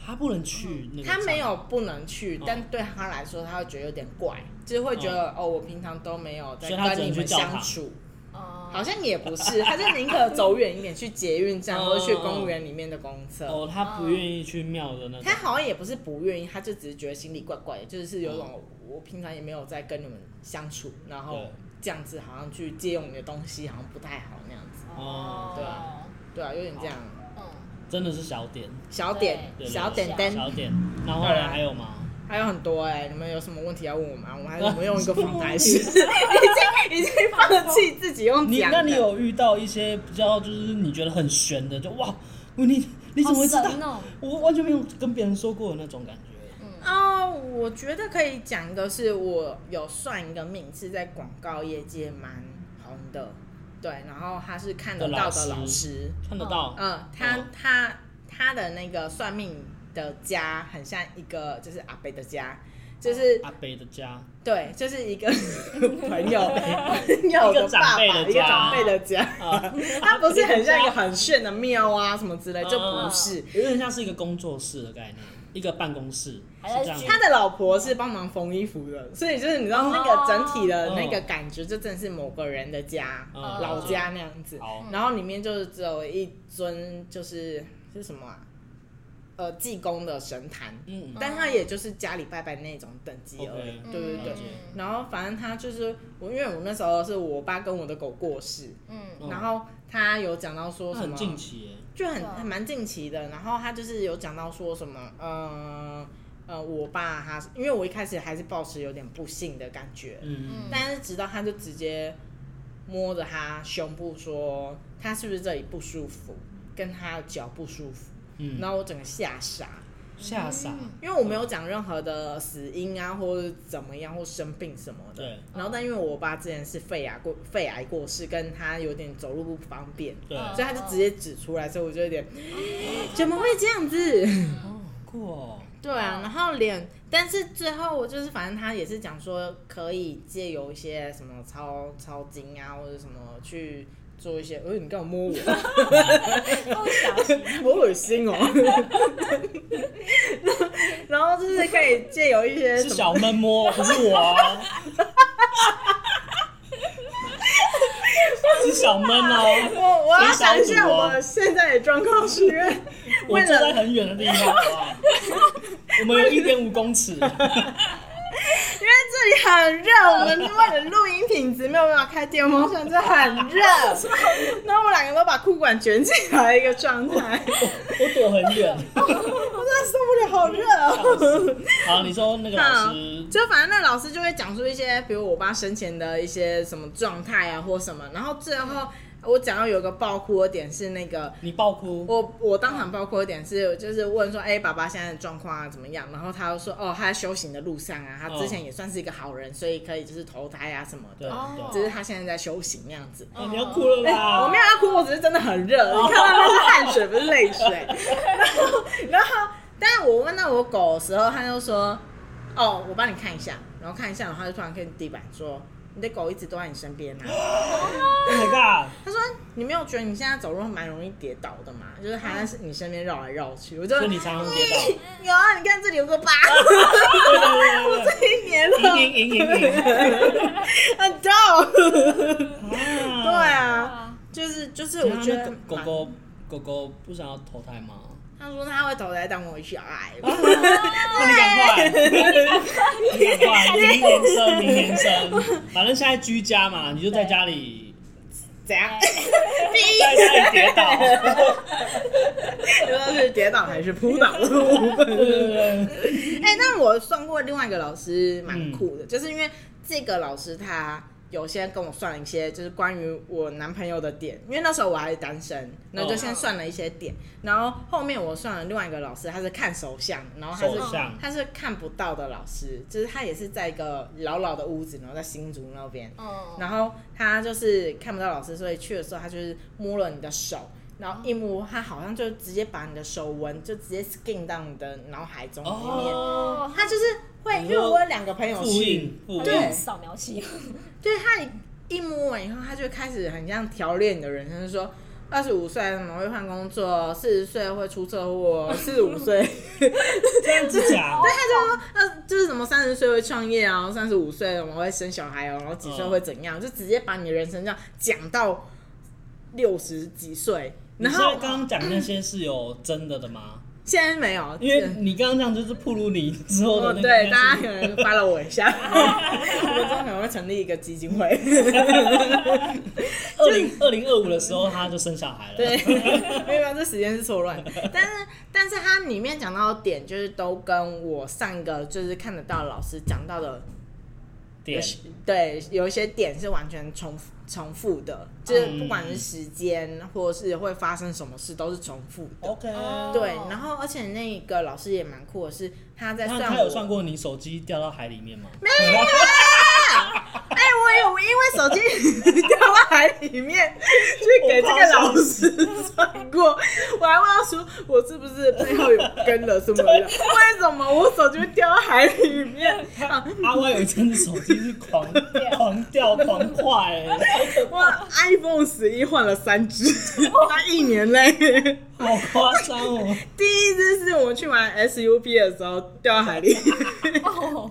[SPEAKER 4] 他不能去那个，
[SPEAKER 2] 他没有，不能去
[SPEAKER 4] 嗯，
[SPEAKER 2] 但对他来说，他会觉得有点怪，就是会觉得哦，我平常都没有在
[SPEAKER 4] 所以他只
[SPEAKER 2] 跟
[SPEAKER 4] 能
[SPEAKER 2] 你
[SPEAKER 4] 去
[SPEAKER 2] 们
[SPEAKER 4] 教堂
[SPEAKER 2] 相处，
[SPEAKER 5] 哦
[SPEAKER 2] 好像也不是，他就宁可走远一点，去捷运站
[SPEAKER 4] 哦
[SPEAKER 2] 或者去公园里面的公厕。
[SPEAKER 4] 哦，他不愿意去庙的那
[SPEAKER 2] 他
[SPEAKER 4] 个，
[SPEAKER 2] 好像也不是不愿意，他就只是觉得心里怪怪的，就是有种我平常也没有在跟你们相处，然后
[SPEAKER 4] 哦对
[SPEAKER 2] 这样子好像去借用你的东西，好像不太好那样子。
[SPEAKER 4] 哦
[SPEAKER 2] 对啊，对啊，有点这样
[SPEAKER 5] 嗯，
[SPEAKER 4] 真的是小点，
[SPEAKER 2] 小点
[SPEAKER 4] 对对
[SPEAKER 2] 小点
[SPEAKER 5] 嗯
[SPEAKER 2] 点，
[SPEAKER 4] 小点。然后后来还有吗？
[SPEAKER 2] 还有很多哎、你们有什么问题要问我吗？我们还是我们用一个访谈 式，已经已经放弃自己用
[SPEAKER 4] 你
[SPEAKER 2] 讲
[SPEAKER 4] 那
[SPEAKER 2] 的。
[SPEAKER 4] 你有遇到一些比较就是你觉得很悬的，就哇，你你怎么会知
[SPEAKER 2] 啊
[SPEAKER 5] 好神
[SPEAKER 4] 道
[SPEAKER 5] 哦？
[SPEAKER 4] 我完全没有跟别人说过的那种感觉。
[SPEAKER 2] 哦，我觉得可以讲的是，我有算一个命是在广告业界蛮红的，对，然后他是看得到的
[SPEAKER 4] 的
[SPEAKER 2] 老
[SPEAKER 4] 老
[SPEAKER 2] 师，
[SPEAKER 4] 看得到，
[SPEAKER 2] 嗯，他、
[SPEAKER 4] 哦
[SPEAKER 2] 他他的那个算命的家很像一个就是阿北的家，就是
[SPEAKER 4] 阿北的 家，
[SPEAKER 2] 对，就是一个哦 朋友 朋友
[SPEAKER 4] 一
[SPEAKER 2] 的爸
[SPEAKER 4] 个长
[SPEAKER 2] 爸，
[SPEAKER 4] 辈的
[SPEAKER 2] 一个
[SPEAKER 4] 家
[SPEAKER 2] 长辈的家，
[SPEAKER 4] 啊，
[SPEAKER 2] 哎 他不是很像一个很炫的庙啊什么之类，就
[SPEAKER 4] 嗯
[SPEAKER 2] 不是，
[SPEAKER 4] 有点像是一个工作室的概念，一个办公室，
[SPEAKER 5] 还
[SPEAKER 4] 是
[SPEAKER 5] 在
[SPEAKER 4] 这样子。
[SPEAKER 2] 他的老婆是帮忙缝衣服的，所以就是你知道那个整体的那个感觉，就真的是某个人的家，
[SPEAKER 4] 嗯
[SPEAKER 2] 老家那样子。
[SPEAKER 4] 好，
[SPEAKER 2] 然后里面就是只有一尊，就是是什么啊？呃，济公的神坛，
[SPEAKER 4] 嗯，
[SPEAKER 2] 但他也就是家里拜拜那种等级而已。
[SPEAKER 4] OK 嗯
[SPEAKER 2] 对对对
[SPEAKER 4] 了解。
[SPEAKER 2] 然后反正他就是我，因为我那时候是我爸跟我的狗过世，
[SPEAKER 5] 嗯
[SPEAKER 4] 嗯
[SPEAKER 2] 然后他有讲到
[SPEAKER 4] 那
[SPEAKER 2] 说什
[SPEAKER 4] 很
[SPEAKER 2] 么，
[SPEAKER 4] 近期耶，
[SPEAKER 2] 就很
[SPEAKER 5] 对
[SPEAKER 2] 很蛮近期的。然后他就是有讲到说什么，呃呃，我爸他，因为我一开始还是抱持有点不幸的感觉，
[SPEAKER 4] 嗯，
[SPEAKER 5] 嗯
[SPEAKER 2] 但是直到他就直接摸着他胸部说，他是不是这里不舒服，跟他的脚不舒服，
[SPEAKER 4] 嗯
[SPEAKER 2] 然后我嗯整个吓傻。
[SPEAKER 4] 吓傻，
[SPEAKER 2] 因为我没有讲任何的死因啊，或者怎么样，或生病什么的。
[SPEAKER 4] 对
[SPEAKER 2] 然后，但因为我爸之前是肺癌过肺癌过世，跟他有点走路不方便，
[SPEAKER 4] 对，
[SPEAKER 5] 嗯
[SPEAKER 2] 所以他就直接指出来，所以我就有点怎么会这样子？
[SPEAKER 4] 哦，酷哦，
[SPEAKER 2] 哦对啊，然后脸，但是最后我就是反正他也是讲说可以借由一些什么抄抄经啊，或者什么去做一些，呃，你干嘛摸我？
[SPEAKER 5] 不小心，
[SPEAKER 2] 好恶心哦！ 然后就是可以借由一些
[SPEAKER 4] 是
[SPEAKER 2] 什么。
[SPEAKER 4] 小闷摸，不是我 哦，是小闷哦，
[SPEAKER 2] 我我要
[SPEAKER 4] 很少
[SPEAKER 2] 想一下
[SPEAKER 4] 赌哦
[SPEAKER 2] 我现在的状况是因为
[SPEAKER 4] 我
[SPEAKER 2] 为
[SPEAKER 4] 坐在
[SPEAKER 2] 了
[SPEAKER 4] 很远的地方，好不好？我们有一点五公尺，
[SPEAKER 2] 因为这里很热，我们为了录音品质没有办法开电风扇，这很 热。然后我们两个都把裤管卷起来的一个状 态，
[SPEAKER 4] 我躲很远。
[SPEAKER 2] 我真的受不了，好热、哦。
[SPEAKER 4] 好，你说那个老师，
[SPEAKER 2] 就反正那老师就会讲出一些，比如我爸生前的一些什么状态啊，或什么。然后最后我讲到有一个爆哭的点是那个
[SPEAKER 4] 你爆哭，
[SPEAKER 2] 我我当场爆哭的点是，就是问说，哎、爸爸现在的状况啊怎么样？然后他又说，哦，他在修行的路上啊，他之前也算是一个好人，所以可以就是投胎啊什么
[SPEAKER 4] 对
[SPEAKER 2] 的，
[SPEAKER 5] 哦
[SPEAKER 2] 只是他现在在修行那样子。
[SPEAKER 4] 哎你要哭了啦！
[SPEAKER 2] 我没有要哭，我只是真的很热，
[SPEAKER 4] 哦
[SPEAKER 2] 你看到那是汗水，不是泪水。然后，然后，但是我问到我狗的时候，它就说：“哦，我帮你看一下。”然后看一下，然后它就突然看地板说：“你的狗一直都在你身边啊。”
[SPEAKER 4] ，Oh my
[SPEAKER 2] 他说：“你没有觉得你现在走路蛮容易跌倒的吗？就是还在你身边绕来绕去。”我就
[SPEAKER 4] god！所以你常常跌倒，
[SPEAKER 2] 有啊，你看这里有个疤，
[SPEAKER 4] 对 对对
[SPEAKER 2] 一年
[SPEAKER 4] 对
[SPEAKER 2] 了，
[SPEAKER 4] 对，赢赢赢赢赢，
[SPEAKER 2] 很痛。 对
[SPEAKER 4] 对。
[SPEAKER 2] 啊，
[SPEAKER 5] 啊，
[SPEAKER 2] 就是就是，
[SPEAKER 4] 那
[SPEAKER 2] 我觉得
[SPEAKER 4] 嗯那狗
[SPEAKER 2] 蛮
[SPEAKER 4] 狗狗狗不想要投胎吗？
[SPEAKER 2] 他说他会投胎当我小孩。
[SPEAKER 4] 那你赶快，你赶快，明年生，明年生。反正现在居家嘛，你就在家里，
[SPEAKER 2] 怎 样？
[SPEAKER 4] 在家里跌倒。
[SPEAKER 2] 到是跌倒还是扑倒的部分？
[SPEAKER 4] 对对对对，
[SPEAKER 2] 哎、那我算过另外一个老师
[SPEAKER 4] 嗯
[SPEAKER 2] 蛮酷的，就是因为这个老师他有先跟我算了一些，就是关于我男朋友的点，因为那时候我还单身，那就先算了一些点，然后后面我算了另外一个老师，他是看手相，然后他是
[SPEAKER 4] 手相
[SPEAKER 2] 他是看不到的老师，就是他也是在一个老老的屋子，然后在新竹那边，
[SPEAKER 5] 嗯，
[SPEAKER 2] 然后他就是看不到老师，所以去的时候他就是摸了你的手，然后一摸他好像就直接把你的手纹就直接 skin 到你的脑海中里面。
[SPEAKER 4] 哦
[SPEAKER 2] 他就是会，
[SPEAKER 4] 你
[SPEAKER 2] 因
[SPEAKER 4] 说
[SPEAKER 2] 为我有两个朋友
[SPEAKER 4] 复
[SPEAKER 2] 去，
[SPEAKER 4] 印复
[SPEAKER 2] 对
[SPEAKER 4] 印，
[SPEAKER 5] 扫描器，
[SPEAKER 2] 对他一摸完以后，他就开始很像条列你的人生，就说。二十五岁可能会换工作，四十岁会出车祸，四十五岁，
[SPEAKER 4] 这样子讲，
[SPEAKER 2] 那就是什么三十岁会创业啊，三十五岁我们会生小孩哦、然后几岁
[SPEAKER 4] 嗯
[SPEAKER 2] 会怎样，就直接把你的人生这样讲到六十几岁，
[SPEAKER 4] 你
[SPEAKER 2] 然
[SPEAKER 4] 现在
[SPEAKER 2] 后
[SPEAKER 4] 刚刚讲那些是有真的的吗？
[SPEAKER 2] 现在没有，
[SPEAKER 4] 因为你刚刚这样就是暴露你之后
[SPEAKER 2] 哦
[SPEAKER 4] 的那个东
[SPEAKER 2] 对
[SPEAKER 4] 西。
[SPEAKER 2] 大家可能 follow 我一 下，我真的可能会成立一个基金会。
[SPEAKER 4] 二零二零二五的时候他就生小孩了。
[SPEAKER 2] 对，没有没有，这时间是错乱的。但是，但是它里面讲到的点，就是都跟我上一个就是看得到的老师讲到的，
[SPEAKER 4] 点
[SPEAKER 2] 对，有一些点是完全重复重复的，就是
[SPEAKER 4] 嗯
[SPEAKER 2] 不管是时间或是会发生什么事，都是重复的。
[SPEAKER 4] OK。
[SPEAKER 5] 哦
[SPEAKER 2] 对，然后而且那个老师也蛮酷的是，他在
[SPEAKER 4] 那
[SPEAKER 2] 算
[SPEAKER 4] 他
[SPEAKER 2] 我
[SPEAKER 4] 有算过你手机掉到海里面吗？
[SPEAKER 2] 哎、我一以我因为手机掉到海里面，去给这个老师算过，我还问他说我是不是背后有跟了什么人？为什么我手机会掉到海里面？啊
[SPEAKER 4] 阿歪有一阵子手机是狂狂掉狂坏、欸，
[SPEAKER 2] 我 iPhone 十一换了三只，他一年内。
[SPEAKER 4] 好夸张哦！
[SPEAKER 2] 第一只是我们去玩 SUP 的时候掉到海里，
[SPEAKER 5] 哦，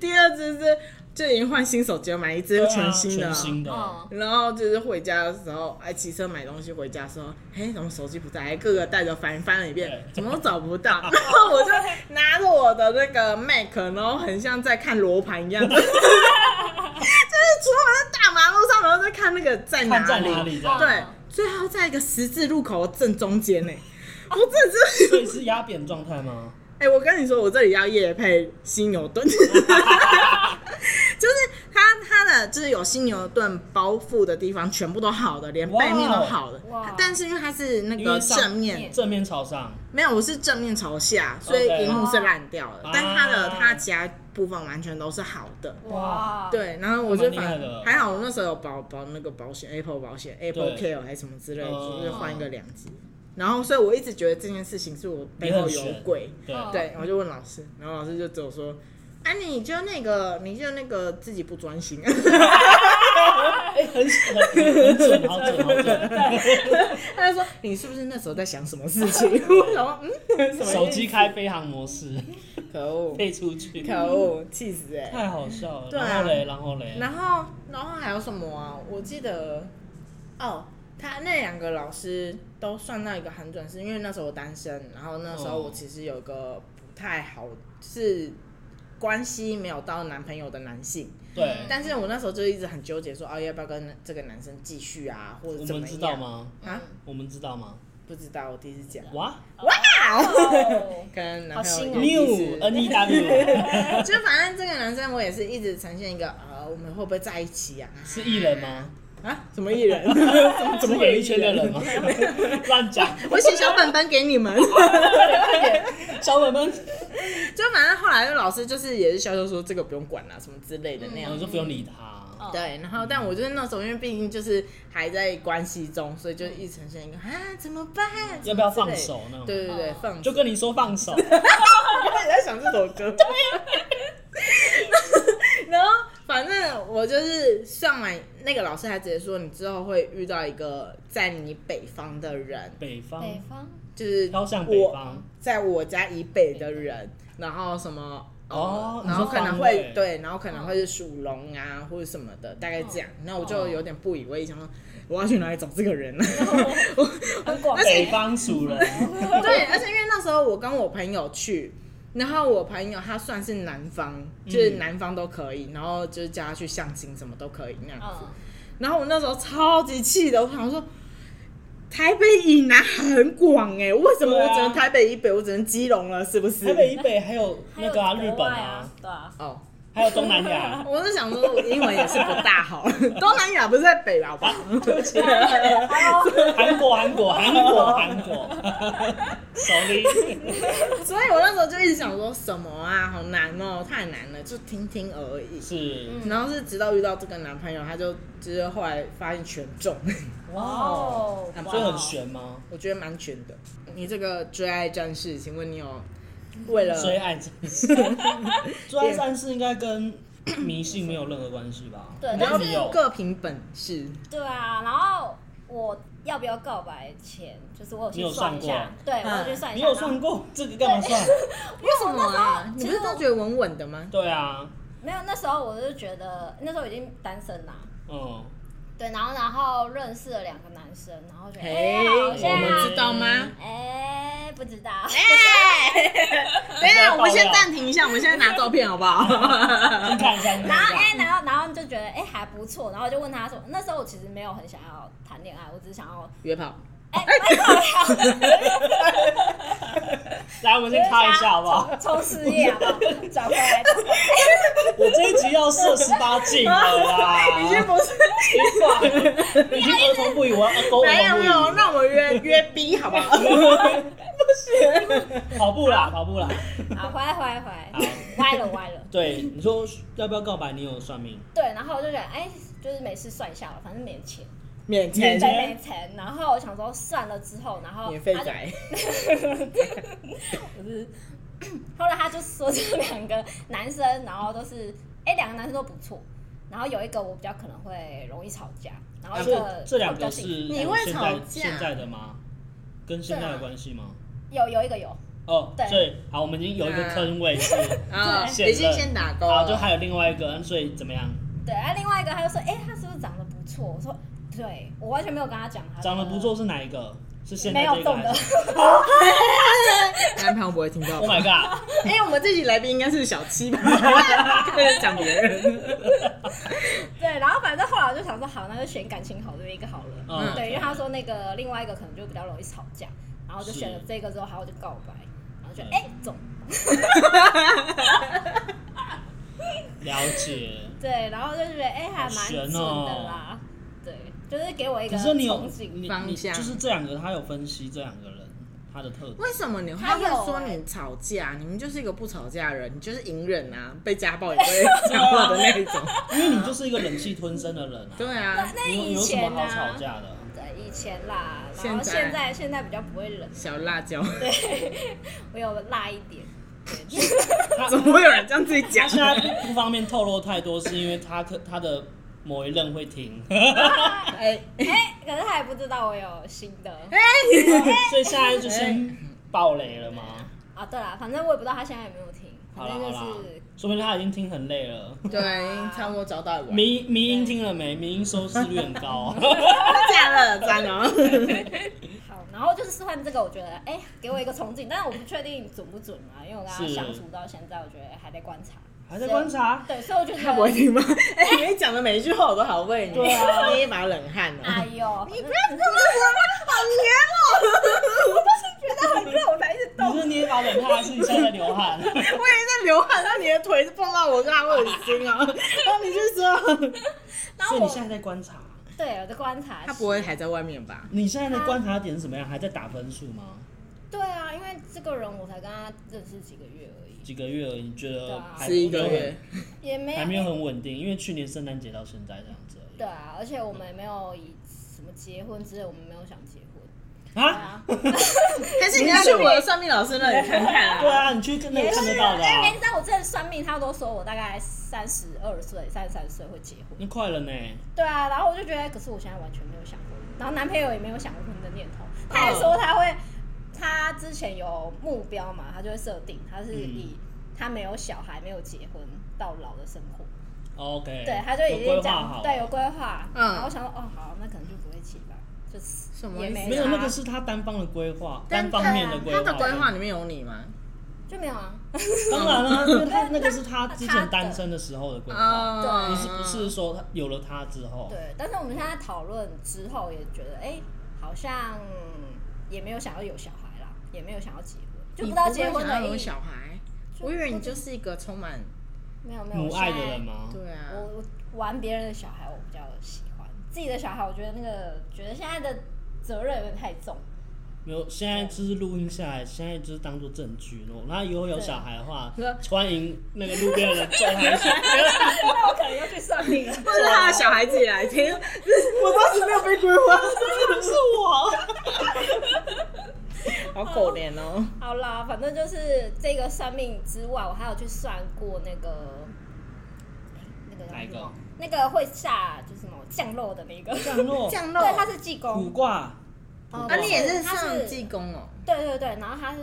[SPEAKER 2] 第二只是就已经换新手机了，买一只全新的
[SPEAKER 4] 啊全
[SPEAKER 2] 了。
[SPEAKER 4] 新的，
[SPEAKER 5] 嗯，
[SPEAKER 2] 然后就是回家的时候，哎，骑车买东西回家的时候，哎，怎么手机不在？哎，各个带着翻翻了一遍
[SPEAKER 4] 对，
[SPEAKER 2] 怎么都找不到。然后我就拿着我的那个 Mac，然后很像在看罗盘一 样，就是除了在大马路上，然后在看那个在哪
[SPEAKER 4] 看
[SPEAKER 2] 里。
[SPEAKER 4] 在哪里这样，
[SPEAKER 2] 对，最后在一个十字路口正中间呢、我真的是
[SPEAKER 4] 所以是压扁状态吗？
[SPEAKER 2] 哎、我跟你说，我这里要夜配犀牛 盾，就是它它的就是有犀牛盾包覆的地方，全部都好的，连背面都好的。
[SPEAKER 5] 哇哦
[SPEAKER 2] 但是因为它是那
[SPEAKER 4] 因
[SPEAKER 2] 个
[SPEAKER 4] 为上
[SPEAKER 2] 正面，
[SPEAKER 4] 正面朝上，
[SPEAKER 2] 没有，我是正面朝下，所以
[SPEAKER 4] OK
[SPEAKER 2] 荧幕是烂掉的。
[SPEAKER 4] 啊
[SPEAKER 2] 但它的它其他部分完全都是好的。
[SPEAKER 5] 哇，，
[SPEAKER 2] 对，然后我就
[SPEAKER 4] 蛮厉害
[SPEAKER 2] 反
[SPEAKER 4] 的
[SPEAKER 2] 还好，我那时候有保保那个保险，Apple 保险，Apple
[SPEAKER 4] 对
[SPEAKER 2] Care 还是什么之类的，
[SPEAKER 4] 哦
[SPEAKER 2] 就是换一个两只。然后，所以我一直觉得这件事情是我背后有
[SPEAKER 4] 你很悬
[SPEAKER 2] 鬼。
[SPEAKER 4] 对，
[SPEAKER 5] 哦
[SPEAKER 2] 对，我就问老师，然后老师就只有说：“啊，你就那个，你就那个自己不专心。
[SPEAKER 4] 哎，很很准，好准，好准，”
[SPEAKER 2] 他就说：“你是不是那时候在想什么事情？” 我想说：“嗯，什么意思
[SPEAKER 4] 手机开飞行模式，
[SPEAKER 2] 可恶，
[SPEAKER 4] 配出去，
[SPEAKER 2] 可恶，气死哎、
[SPEAKER 4] 太好笑了。
[SPEAKER 2] 对啊
[SPEAKER 4] 然后嘞，然后嘞，
[SPEAKER 2] 然后，然后还有什么啊？我记得，哦，他那两个老师都算到一个很准，是因为那时候我单身，然后那时候
[SPEAKER 4] 哦
[SPEAKER 2] 我其实有一个不太好，就是关系没有到男朋友的男性。
[SPEAKER 4] 对，
[SPEAKER 2] 但是我那时候就一直很纠结说，哦，要不要跟这个男生继续啊，或者
[SPEAKER 4] 我
[SPEAKER 2] 怎么
[SPEAKER 4] 们
[SPEAKER 2] 样？
[SPEAKER 4] 知道？吗？
[SPEAKER 5] 嗯
[SPEAKER 2] 啊，
[SPEAKER 4] 我们知道吗？
[SPEAKER 2] 不知道，我第一次讲，
[SPEAKER 4] 哇
[SPEAKER 5] 哦，
[SPEAKER 2] 跟男朋
[SPEAKER 5] 好
[SPEAKER 2] 友
[SPEAKER 5] 新
[SPEAKER 2] 有意
[SPEAKER 4] ，new
[SPEAKER 2] 思
[SPEAKER 4] n e w
[SPEAKER 2] 哎就反正这个男生我也是一直呈现一个，呃，我们会不会在一起啊？
[SPEAKER 4] 是艺人吗？
[SPEAKER 2] 啊，什么艺人？怎 么怎么
[SPEAKER 4] 是
[SPEAKER 2] 有
[SPEAKER 4] 演艺圈的人吗？乱讲，
[SPEAKER 2] 我写小本本给你们。
[SPEAKER 4] 小本本，
[SPEAKER 2] 就反正后来老师就是也是笑笑说这个不用管啦、啊什么之类的那样
[SPEAKER 4] 我
[SPEAKER 2] 子。
[SPEAKER 4] 就不用理他。
[SPEAKER 5] 哦
[SPEAKER 2] 对，然后但我就是那时候，因为毕竟就是还在关系中，所以就一直呈现一个啊怎么办？
[SPEAKER 4] 要不要放手那种？
[SPEAKER 2] 对对对，
[SPEAKER 5] 哦
[SPEAKER 2] 放手
[SPEAKER 4] 就跟你说放手，
[SPEAKER 2] 我开始在想这首 歌。啊然后反正我就是上完那个老师还直接说，你之后会遇到一个在你北方的人，
[SPEAKER 4] 北方
[SPEAKER 5] 北方，
[SPEAKER 2] 就是
[SPEAKER 4] 飘向北
[SPEAKER 2] 我
[SPEAKER 4] 方，
[SPEAKER 2] 在我家以北的人，然后什么。呃
[SPEAKER 4] 哦
[SPEAKER 2] 然后
[SPEAKER 4] 你说
[SPEAKER 2] 可能
[SPEAKER 4] 方
[SPEAKER 2] 会
[SPEAKER 4] 位哦
[SPEAKER 2] 对，然后可能会是属龙啊，或者什么的，大概这样。那我就有点不以为意，想说我要去哪里找这个人啊呢、
[SPEAKER 4] 哦
[SPEAKER 5] 很广，
[SPEAKER 4] 北方属人，
[SPEAKER 2] 对，而且因为那时候我跟我朋友去，然后我朋友他算是南方，就是
[SPEAKER 4] 嗯
[SPEAKER 2] 南方都可以，然后就是叫他去相亲什么都可以那样子。
[SPEAKER 5] 嗯，
[SPEAKER 2] 然后我那时候超级气的，我想说。台北以南很广哎、为什么我
[SPEAKER 4] 对啊
[SPEAKER 2] 只能台北以北，我只能基隆了，是不是？
[SPEAKER 4] 台北以北还有
[SPEAKER 5] 还
[SPEAKER 4] 那
[SPEAKER 5] 有
[SPEAKER 4] 个啊，
[SPEAKER 5] 国
[SPEAKER 4] 日本
[SPEAKER 5] 外
[SPEAKER 4] 啊，，
[SPEAKER 5] 对 啊，
[SPEAKER 2] 哦，
[SPEAKER 4] 还有东 南亚，
[SPEAKER 2] 我是想说我英文也是不大好， 东南亚不是在北吧？好吧， 对不起。
[SPEAKER 4] 啊
[SPEAKER 5] 哦
[SPEAKER 4] 韩国韩国韩国韩国，sorry，
[SPEAKER 2] 所以我那时候就一直想说什么啊，好难哦，太难了，就听听而已。
[SPEAKER 4] 是
[SPEAKER 5] 嗯
[SPEAKER 2] 然后是直到遇到这个男朋友，他就就是后来发现全中，
[SPEAKER 4] 哇哦，
[SPEAKER 5] 哦，哇
[SPEAKER 4] 所以很，悬吗？
[SPEAKER 2] 我觉得蛮全的。你这个追爱战士，请问你有为了
[SPEAKER 4] 追爱战 士，追爱战士应该跟迷信没有任何关系吧？
[SPEAKER 5] 对
[SPEAKER 4] 应
[SPEAKER 2] 你
[SPEAKER 4] 该
[SPEAKER 2] 要
[SPEAKER 4] 没有。
[SPEAKER 2] 各凭本事？
[SPEAKER 5] 对啊，然后我要不要告白前，就是我有
[SPEAKER 4] 你
[SPEAKER 5] 去
[SPEAKER 4] 有
[SPEAKER 5] 算
[SPEAKER 4] 算
[SPEAKER 5] 一下，对我有去算一
[SPEAKER 4] 你
[SPEAKER 5] 下，
[SPEAKER 4] 有算过这个干嘛算？
[SPEAKER 2] 为什么啊？你不是都觉得稳稳的吗？
[SPEAKER 4] 对啊，
[SPEAKER 5] 没有，那时候我就觉得那时候已经单身啦。
[SPEAKER 4] 嗯，
[SPEAKER 5] 对，然后然后认识了两个男生，然后觉得哎、
[SPEAKER 2] 嘿，
[SPEAKER 5] 好
[SPEAKER 2] 我
[SPEAKER 5] 像
[SPEAKER 2] 们知道吗？
[SPEAKER 5] 哎、不知道，
[SPEAKER 4] 哎
[SPEAKER 2] 等一下，我们先暂停一下，我们现在拿照片好不好？
[SPEAKER 4] 先看一下，先
[SPEAKER 5] 然后
[SPEAKER 4] 看一
[SPEAKER 5] 哎、
[SPEAKER 4] 下。
[SPEAKER 5] 然后然后就觉得哎、还不错，然后就问他说，那时候我其实没有很想要谈恋爱，我只是想要
[SPEAKER 2] 约炮。
[SPEAKER 5] 哎，没 有没有
[SPEAKER 4] 来，我们先看一下好不好？？
[SPEAKER 5] 冲事业好不好？转回来，
[SPEAKER 4] 我这一集要设十八禁了啦！
[SPEAKER 2] 已经不是
[SPEAKER 4] 奇怪，已经儿童不宜，我要儿童不宜。
[SPEAKER 2] 没有没有，那我我约约 B 好不好？
[SPEAKER 4] 跑步啦，跑步啦。
[SPEAKER 5] 好，回来回来回来，歪了歪了。
[SPEAKER 4] 对，你说要不要告白？你有算命？
[SPEAKER 5] 对，然后我就觉得哎，就是没事算一下吧，反正没钱，
[SPEAKER 2] 免
[SPEAKER 4] 免
[SPEAKER 2] 钱
[SPEAKER 5] 对，没钱。然后我想说算了之后，然后
[SPEAKER 2] 免费
[SPEAKER 5] 他就
[SPEAKER 2] 仔，
[SPEAKER 5] 不是。 后来他就说这两个男生，然后都是哎，两个男生都不错，然后有一个我比较可能会容易吵架，然后一个
[SPEAKER 4] 啊这这两
[SPEAKER 5] 我比较
[SPEAKER 4] 个
[SPEAKER 5] 幸运
[SPEAKER 4] 是
[SPEAKER 2] 你会
[SPEAKER 4] 现
[SPEAKER 2] 吵
[SPEAKER 4] 在
[SPEAKER 2] 架
[SPEAKER 4] 现在的吗？跟现在
[SPEAKER 5] 对
[SPEAKER 4] 的
[SPEAKER 5] 啊
[SPEAKER 4] 关系吗？
[SPEAKER 5] 有有一个有，
[SPEAKER 4] 哦，
[SPEAKER 5] 对
[SPEAKER 4] 所以好，我们已经有一个
[SPEAKER 2] 啊
[SPEAKER 4] 坑位是，
[SPEAKER 2] 啊，
[SPEAKER 4] 现
[SPEAKER 2] 已经
[SPEAKER 4] 任
[SPEAKER 2] 先打勾
[SPEAKER 4] 好，
[SPEAKER 2] 了，
[SPEAKER 4] 就还有另外一个，所以怎么样？
[SPEAKER 5] 对，啊，另外一个他就说哎，他是不是长得不错？我说对，我完全没有跟他讲他
[SPEAKER 4] 长得不错，是哪一个？是现在
[SPEAKER 5] 没有
[SPEAKER 4] 这个
[SPEAKER 5] 中的
[SPEAKER 4] 还，是
[SPEAKER 2] 男朋友不会听到
[SPEAKER 4] ？Oh
[SPEAKER 2] 吧。
[SPEAKER 4] my god！
[SPEAKER 2] 哎、我们这集来宾应该是小七 吧？在讲别人。
[SPEAKER 5] 对，然后反正后来我就想说，好，那就选感情好的那一个好了。
[SPEAKER 4] 嗯
[SPEAKER 5] 对，因为他说那个另外一个可能就比较容易吵架，然后就是选了这个之后，然后我就告白，然后就
[SPEAKER 4] 嗯
[SPEAKER 5] 哎、中。
[SPEAKER 4] 了解。
[SPEAKER 5] 对，然后就觉得哎、还蛮
[SPEAKER 4] 悬
[SPEAKER 5] 准
[SPEAKER 4] 哦
[SPEAKER 5] 的啦。对，就是给我一个
[SPEAKER 4] 可是你有
[SPEAKER 5] 憧
[SPEAKER 4] 你
[SPEAKER 5] 憬。
[SPEAKER 4] 你
[SPEAKER 2] 方向
[SPEAKER 4] 就是这两个，他有分析这两个人他的特质。
[SPEAKER 2] 为什么你
[SPEAKER 5] 他
[SPEAKER 2] 他
[SPEAKER 5] 有
[SPEAKER 2] 会说
[SPEAKER 5] 欸
[SPEAKER 2] 你吵架？你们就是一个不吵架的人，你就是隐忍啊，被家暴也不会家暴的那一种。
[SPEAKER 4] 因为你就是一个忍气吞声的人啊，
[SPEAKER 2] 对啊，
[SPEAKER 5] 那
[SPEAKER 4] 你有
[SPEAKER 5] 以
[SPEAKER 4] 有什
[SPEAKER 5] 前
[SPEAKER 4] 么
[SPEAKER 5] 呢、
[SPEAKER 4] 好吵架 的？
[SPEAKER 5] 对，以前啦，然
[SPEAKER 2] 现
[SPEAKER 5] 后
[SPEAKER 2] 在
[SPEAKER 5] 现在现在比较不会忍，
[SPEAKER 2] 小辣椒，
[SPEAKER 5] 我有辣一 点。
[SPEAKER 4] 他
[SPEAKER 2] 怎么会有人这样自己讲
[SPEAKER 4] 他？现在不方便透露太多，是因为他可他的某一任会 听，
[SPEAKER 2] 哎
[SPEAKER 5] 哎、可是他也不知道我有新的
[SPEAKER 4] 所以现在就先爆雷了
[SPEAKER 2] 哎
[SPEAKER 4] 吗？
[SPEAKER 5] 啊。对啦，反正我也不知道他现在有没有听，
[SPEAKER 4] 好
[SPEAKER 5] 反
[SPEAKER 4] 啦
[SPEAKER 5] 正就
[SPEAKER 4] 好啦
[SPEAKER 5] 是，
[SPEAKER 4] 说不定他已经听很累 了。
[SPEAKER 2] 对，差不多找到我。
[SPEAKER 4] 迷迷音听了没？迷音收视率 很高、
[SPEAKER 2] 假了，赞 哦。
[SPEAKER 5] 好，然后就是示范这个，我觉得哎、给我一个憧憬，但是我不确定准不准啊，因为我跟他
[SPEAKER 4] 是
[SPEAKER 5] 相处到现在，我觉得还在观察，
[SPEAKER 4] 还在观察。
[SPEAKER 5] 对，所以我就觉
[SPEAKER 2] 他不会
[SPEAKER 5] 得，
[SPEAKER 2] 听吗？哎、你讲的每一句话我都好为你，
[SPEAKER 4] 对啊
[SPEAKER 2] 捏一把冷汗哦、
[SPEAKER 5] 哎呦，你不要
[SPEAKER 2] 哦很热，我才一直
[SPEAKER 4] 你是捏把冷汗，还是你现在在 流汗？
[SPEAKER 2] 我也在流汗，让你的腿碰到我，让我恶心 啊！然后你就说，
[SPEAKER 4] 所以你现在在观察，
[SPEAKER 5] 对我在观察，
[SPEAKER 2] 他不会还在外面吧？
[SPEAKER 4] 你现在的观察点是什么样？还在打分数吗？
[SPEAKER 5] 对啊，因为这个人我才跟他认识几个月而已，
[SPEAKER 4] 几个月而已，你觉
[SPEAKER 5] 对
[SPEAKER 4] 得
[SPEAKER 5] 啊
[SPEAKER 4] 还
[SPEAKER 2] 十一个月，
[SPEAKER 5] 也没
[SPEAKER 4] 还没有很稳定，因为去年圣诞节到现在这样子而已。
[SPEAKER 5] 对啊，而且我们也没有以什么结婚之类，我们没有想结 婚。对
[SPEAKER 4] 啊，
[SPEAKER 5] 啊，
[SPEAKER 2] 还是你要去我的算命老师那里看看
[SPEAKER 4] 对
[SPEAKER 2] 啊？
[SPEAKER 4] 啊，你去跟那个看得到的、
[SPEAKER 5] 因为你
[SPEAKER 4] 啊，
[SPEAKER 5] 知道我之前算命，他都说我大概三十二岁、三十三岁会结婚。
[SPEAKER 4] 那快了呢。
[SPEAKER 5] 对啊，然后我就觉得，可是我现在完全没有想婚，然后男朋友也没有想婚的念头。他
[SPEAKER 4] 嗯
[SPEAKER 5] 还说他会，他之前有目标嘛，他就会设定，他是
[SPEAKER 4] 嗯
[SPEAKER 5] 以他没有小孩、没有结婚到老的生活。
[SPEAKER 4] 哦 OK，
[SPEAKER 5] 对，他就已
[SPEAKER 4] 有规
[SPEAKER 5] 经
[SPEAKER 4] 划
[SPEAKER 5] 讲
[SPEAKER 4] 好，
[SPEAKER 5] 对有规划，
[SPEAKER 2] 嗯
[SPEAKER 5] 然后我想说哦好，那可能就不会起吧，就是
[SPEAKER 2] 什么
[SPEAKER 5] 也
[SPEAKER 2] 意思
[SPEAKER 5] 没啊
[SPEAKER 4] 没有
[SPEAKER 5] 差
[SPEAKER 4] 那个是他单方的规划，
[SPEAKER 2] 但
[SPEAKER 4] 单
[SPEAKER 5] 啊
[SPEAKER 4] 方面的规划。
[SPEAKER 2] 他的规划里面有你吗？
[SPEAKER 5] 就没有啊，
[SPEAKER 4] 当 然了、因为他那个是他之前单身的时候的规划。
[SPEAKER 2] 哦，
[SPEAKER 4] 你是不是说他有了他之后？
[SPEAKER 5] 对，但是我们现在讨论之后也觉得，哎，好像也没有想要有小孩啦，也没有想要结婚，就不知道结婚的
[SPEAKER 2] 你不
[SPEAKER 5] 意
[SPEAKER 2] 会
[SPEAKER 5] 义
[SPEAKER 2] 想要有小孩，
[SPEAKER 5] 就
[SPEAKER 2] 我以为你就是一个充满
[SPEAKER 5] 没有没有
[SPEAKER 4] 母爱的，
[SPEAKER 5] 我
[SPEAKER 4] 人
[SPEAKER 5] 现在
[SPEAKER 4] 吗？
[SPEAKER 2] 对啊，
[SPEAKER 5] 哦我我玩别人的小孩我比较喜欢，自己的小孩我觉得那个觉得现在的责任有点太 重，
[SPEAKER 4] 没有，现在就是录音下来，现在就是当做证据咯。那以后有小孩的话
[SPEAKER 2] 对，
[SPEAKER 4] 欢迎那个路边的人揍他一下。
[SPEAKER 5] 那我可能要去算命了。
[SPEAKER 2] 或者他的小孩自己来听， 啊我当时没有被规 划，
[SPEAKER 4] 不是我。
[SPEAKER 2] 好可怜哦。
[SPEAKER 5] 好啦，反正就是这个算命之外，我还有去算过那个那个叫
[SPEAKER 4] 哪一
[SPEAKER 5] 什
[SPEAKER 4] 个
[SPEAKER 5] 么？那个会下就是什么降肉的那个，
[SPEAKER 4] 降落，
[SPEAKER 2] 降落，
[SPEAKER 5] 对，他是济
[SPEAKER 4] 卜
[SPEAKER 5] 公，
[SPEAKER 4] 卦，
[SPEAKER 5] 哦
[SPEAKER 2] 啊啊，你也是
[SPEAKER 5] 他
[SPEAKER 2] 上济公哦，
[SPEAKER 5] 对对对，然后他是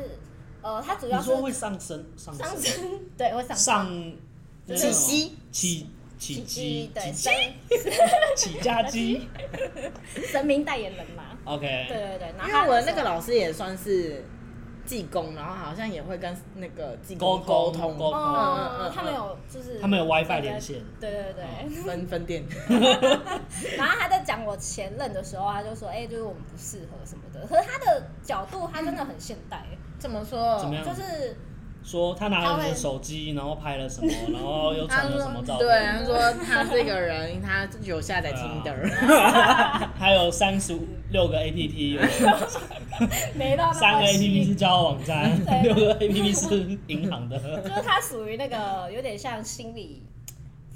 [SPEAKER 5] 呃，他主
[SPEAKER 4] 你
[SPEAKER 5] 要是
[SPEAKER 4] 说会上升，上
[SPEAKER 5] 上
[SPEAKER 4] 升，
[SPEAKER 5] 升，对，会上
[SPEAKER 4] 上那个什么
[SPEAKER 2] 起鸡
[SPEAKER 4] 起起
[SPEAKER 5] 鸡，
[SPEAKER 4] 鸡，
[SPEAKER 5] 对，
[SPEAKER 4] 起
[SPEAKER 5] 神
[SPEAKER 4] 起家鸡。
[SPEAKER 5] 神明代言人嘛，对
[SPEAKER 4] OK，
[SPEAKER 5] 对对，然后
[SPEAKER 2] 因
[SPEAKER 5] 他
[SPEAKER 2] 为我的那个老师也算是济公，然后好像也会跟那个济公
[SPEAKER 4] 沟
[SPEAKER 2] 沟通，
[SPEAKER 4] 通沟通
[SPEAKER 2] 嗯嗯
[SPEAKER 5] 哦
[SPEAKER 2] 嗯，
[SPEAKER 5] 他们有就是
[SPEAKER 4] 他们有 WiFi 连线，
[SPEAKER 5] 对对 对，
[SPEAKER 2] 分分店，
[SPEAKER 5] 然后他在讲我前任的时候，他就说，哎，就是我们不适合什么的，可是他的角度他真的很现代，
[SPEAKER 2] 怎么说？
[SPEAKER 4] 怎么样
[SPEAKER 5] 就是
[SPEAKER 4] 说他拿
[SPEAKER 5] 他
[SPEAKER 4] 了
[SPEAKER 5] 会
[SPEAKER 4] 你的手机，然后拍了什么，然后又
[SPEAKER 2] 他
[SPEAKER 4] 传了什么
[SPEAKER 2] 说
[SPEAKER 4] 照
[SPEAKER 2] 对，他
[SPEAKER 4] 片，
[SPEAKER 2] 说他这个人他有下载 Tinder，
[SPEAKER 4] 啊还有三十六个 APP，有
[SPEAKER 5] 没到那
[SPEAKER 4] 三
[SPEAKER 5] 么
[SPEAKER 4] 个 APP
[SPEAKER 5] 细
[SPEAKER 4] 是，交友网站，
[SPEAKER 5] 对
[SPEAKER 4] 六 个 APP 是银行的。
[SPEAKER 5] 就是他属于那个有点像心理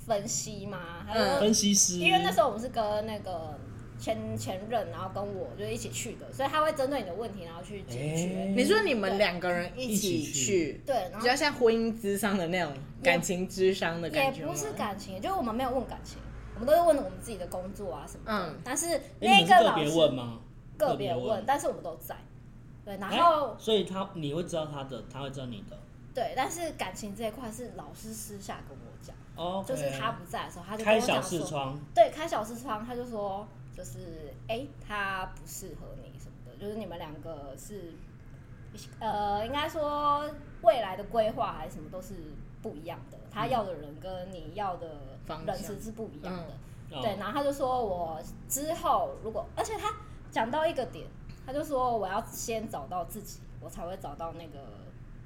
[SPEAKER 5] 分析嘛，还
[SPEAKER 2] 嗯
[SPEAKER 5] 有
[SPEAKER 4] 分析师，
[SPEAKER 5] 因为那时候我们是跟那个前前任，然后跟我就一起去的，所以他会针对你的问题，然后去解决。
[SPEAKER 4] 哎
[SPEAKER 2] 你说你们两个人一起
[SPEAKER 4] 一起去
[SPEAKER 2] 去，
[SPEAKER 5] 对，然
[SPEAKER 2] 比
[SPEAKER 5] 后
[SPEAKER 2] 较像婚姻之商的那种感情之商的
[SPEAKER 5] 也
[SPEAKER 2] 感觉吗
[SPEAKER 5] 不是感情，就是我们没有问感情，我们都是问我们自己的工作啊什么的。
[SPEAKER 2] 嗯，
[SPEAKER 5] 但是
[SPEAKER 4] 哎你
[SPEAKER 5] 那
[SPEAKER 4] 们是
[SPEAKER 5] 个
[SPEAKER 4] 个
[SPEAKER 5] 老
[SPEAKER 4] 别
[SPEAKER 5] 师
[SPEAKER 4] 问吗？
[SPEAKER 5] 个别
[SPEAKER 4] 个别
[SPEAKER 5] 问
[SPEAKER 4] 问，
[SPEAKER 5] 但是我们都在。对，
[SPEAKER 2] 啊
[SPEAKER 5] 然后
[SPEAKER 4] 哎所以他你会知道他的，他会知道你的。
[SPEAKER 5] 对，但是感情这一块是老师私下跟我讲，
[SPEAKER 4] 哦，
[SPEAKER 5] 就是他不在的时候，他就跟
[SPEAKER 4] 开
[SPEAKER 5] 我
[SPEAKER 4] 小
[SPEAKER 5] 讲
[SPEAKER 4] 视
[SPEAKER 5] 说，
[SPEAKER 4] 窗，
[SPEAKER 5] 对，开小视窗，他就说就是哎、他不适合你什么的，就是你们两个是呃，应该说未来的规划还是什么都是不一样的，他要的人跟你要的
[SPEAKER 2] 嗯方
[SPEAKER 5] 人
[SPEAKER 2] 向嗯
[SPEAKER 5] 是是不一样的。
[SPEAKER 4] 哦
[SPEAKER 5] 对，，然后他就说我之后如果，而且他讲到一个点，他就说我要先找到自己，我才会找到那个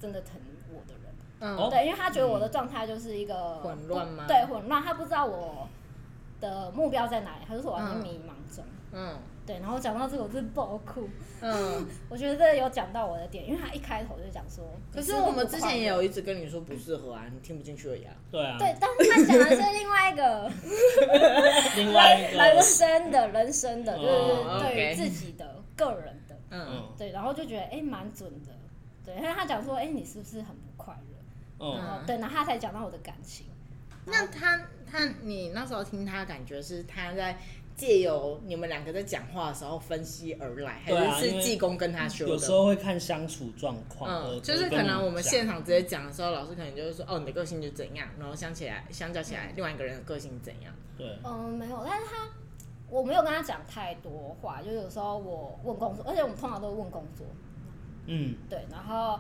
[SPEAKER 5] 真的疼我的人。
[SPEAKER 4] 哦
[SPEAKER 2] 嗯，
[SPEAKER 5] 对，因为他觉得我的状态就是一个
[SPEAKER 2] 嗯混乱吗
[SPEAKER 5] 对，混乱，他不知道我的目标在哪里，他就说我在
[SPEAKER 2] 嗯
[SPEAKER 5] 迷茫中。
[SPEAKER 2] 嗯
[SPEAKER 5] 对，然后讲到这个我真的爆哭，
[SPEAKER 2] 嗯。
[SPEAKER 5] 我觉得这有讲到我的点，因为他一开头就讲说，
[SPEAKER 2] 可
[SPEAKER 5] 你
[SPEAKER 2] 是
[SPEAKER 5] 不
[SPEAKER 2] 我们
[SPEAKER 5] 快
[SPEAKER 2] 之前也
[SPEAKER 5] 乐
[SPEAKER 2] 有一直跟你说不适合啊，你听不进去而已啊。
[SPEAKER 4] 对啊，
[SPEAKER 5] 对，但是他讲的是另外 一个。
[SPEAKER 4] 另外一
[SPEAKER 5] 人
[SPEAKER 4] 个，
[SPEAKER 5] 生的人生的，就是
[SPEAKER 4] 哦
[SPEAKER 5] 对
[SPEAKER 2] OK
[SPEAKER 5] 于自己的个人的，
[SPEAKER 2] 嗯
[SPEAKER 4] 嗯
[SPEAKER 5] 对，然后就觉得哎蛮、准的，对，因为他讲说哎、诶你是不是很不快乐，
[SPEAKER 4] 嗯，
[SPEAKER 5] 对，然后他才讲到我的感情，
[SPEAKER 2] 那他他你那时候听他感觉是他在借由你们两个在讲话的时候分析而来，
[SPEAKER 4] 对啊
[SPEAKER 2] 还是是济公跟他修的？
[SPEAKER 4] 有时候会看相处状况，呃
[SPEAKER 2] 嗯，
[SPEAKER 4] 我
[SPEAKER 2] 就是可能我们现
[SPEAKER 4] 场
[SPEAKER 2] 场直接讲的时候，老师可能就是说，哦，你的个性就怎样，然后相起来相较起
[SPEAKER 4] 嗯
[SPEAKER 2] 来，另外一个人的个性是怎样？
[SPEAKER 4] 对，
[SPEAKER 5] 嗯，没有，但是他我没有跟他讲太多话，就有时候我问工作，而且我们通常都是问工作，
[SPEAKER 4] 嗯，
[SPEAKER 5] 对，然后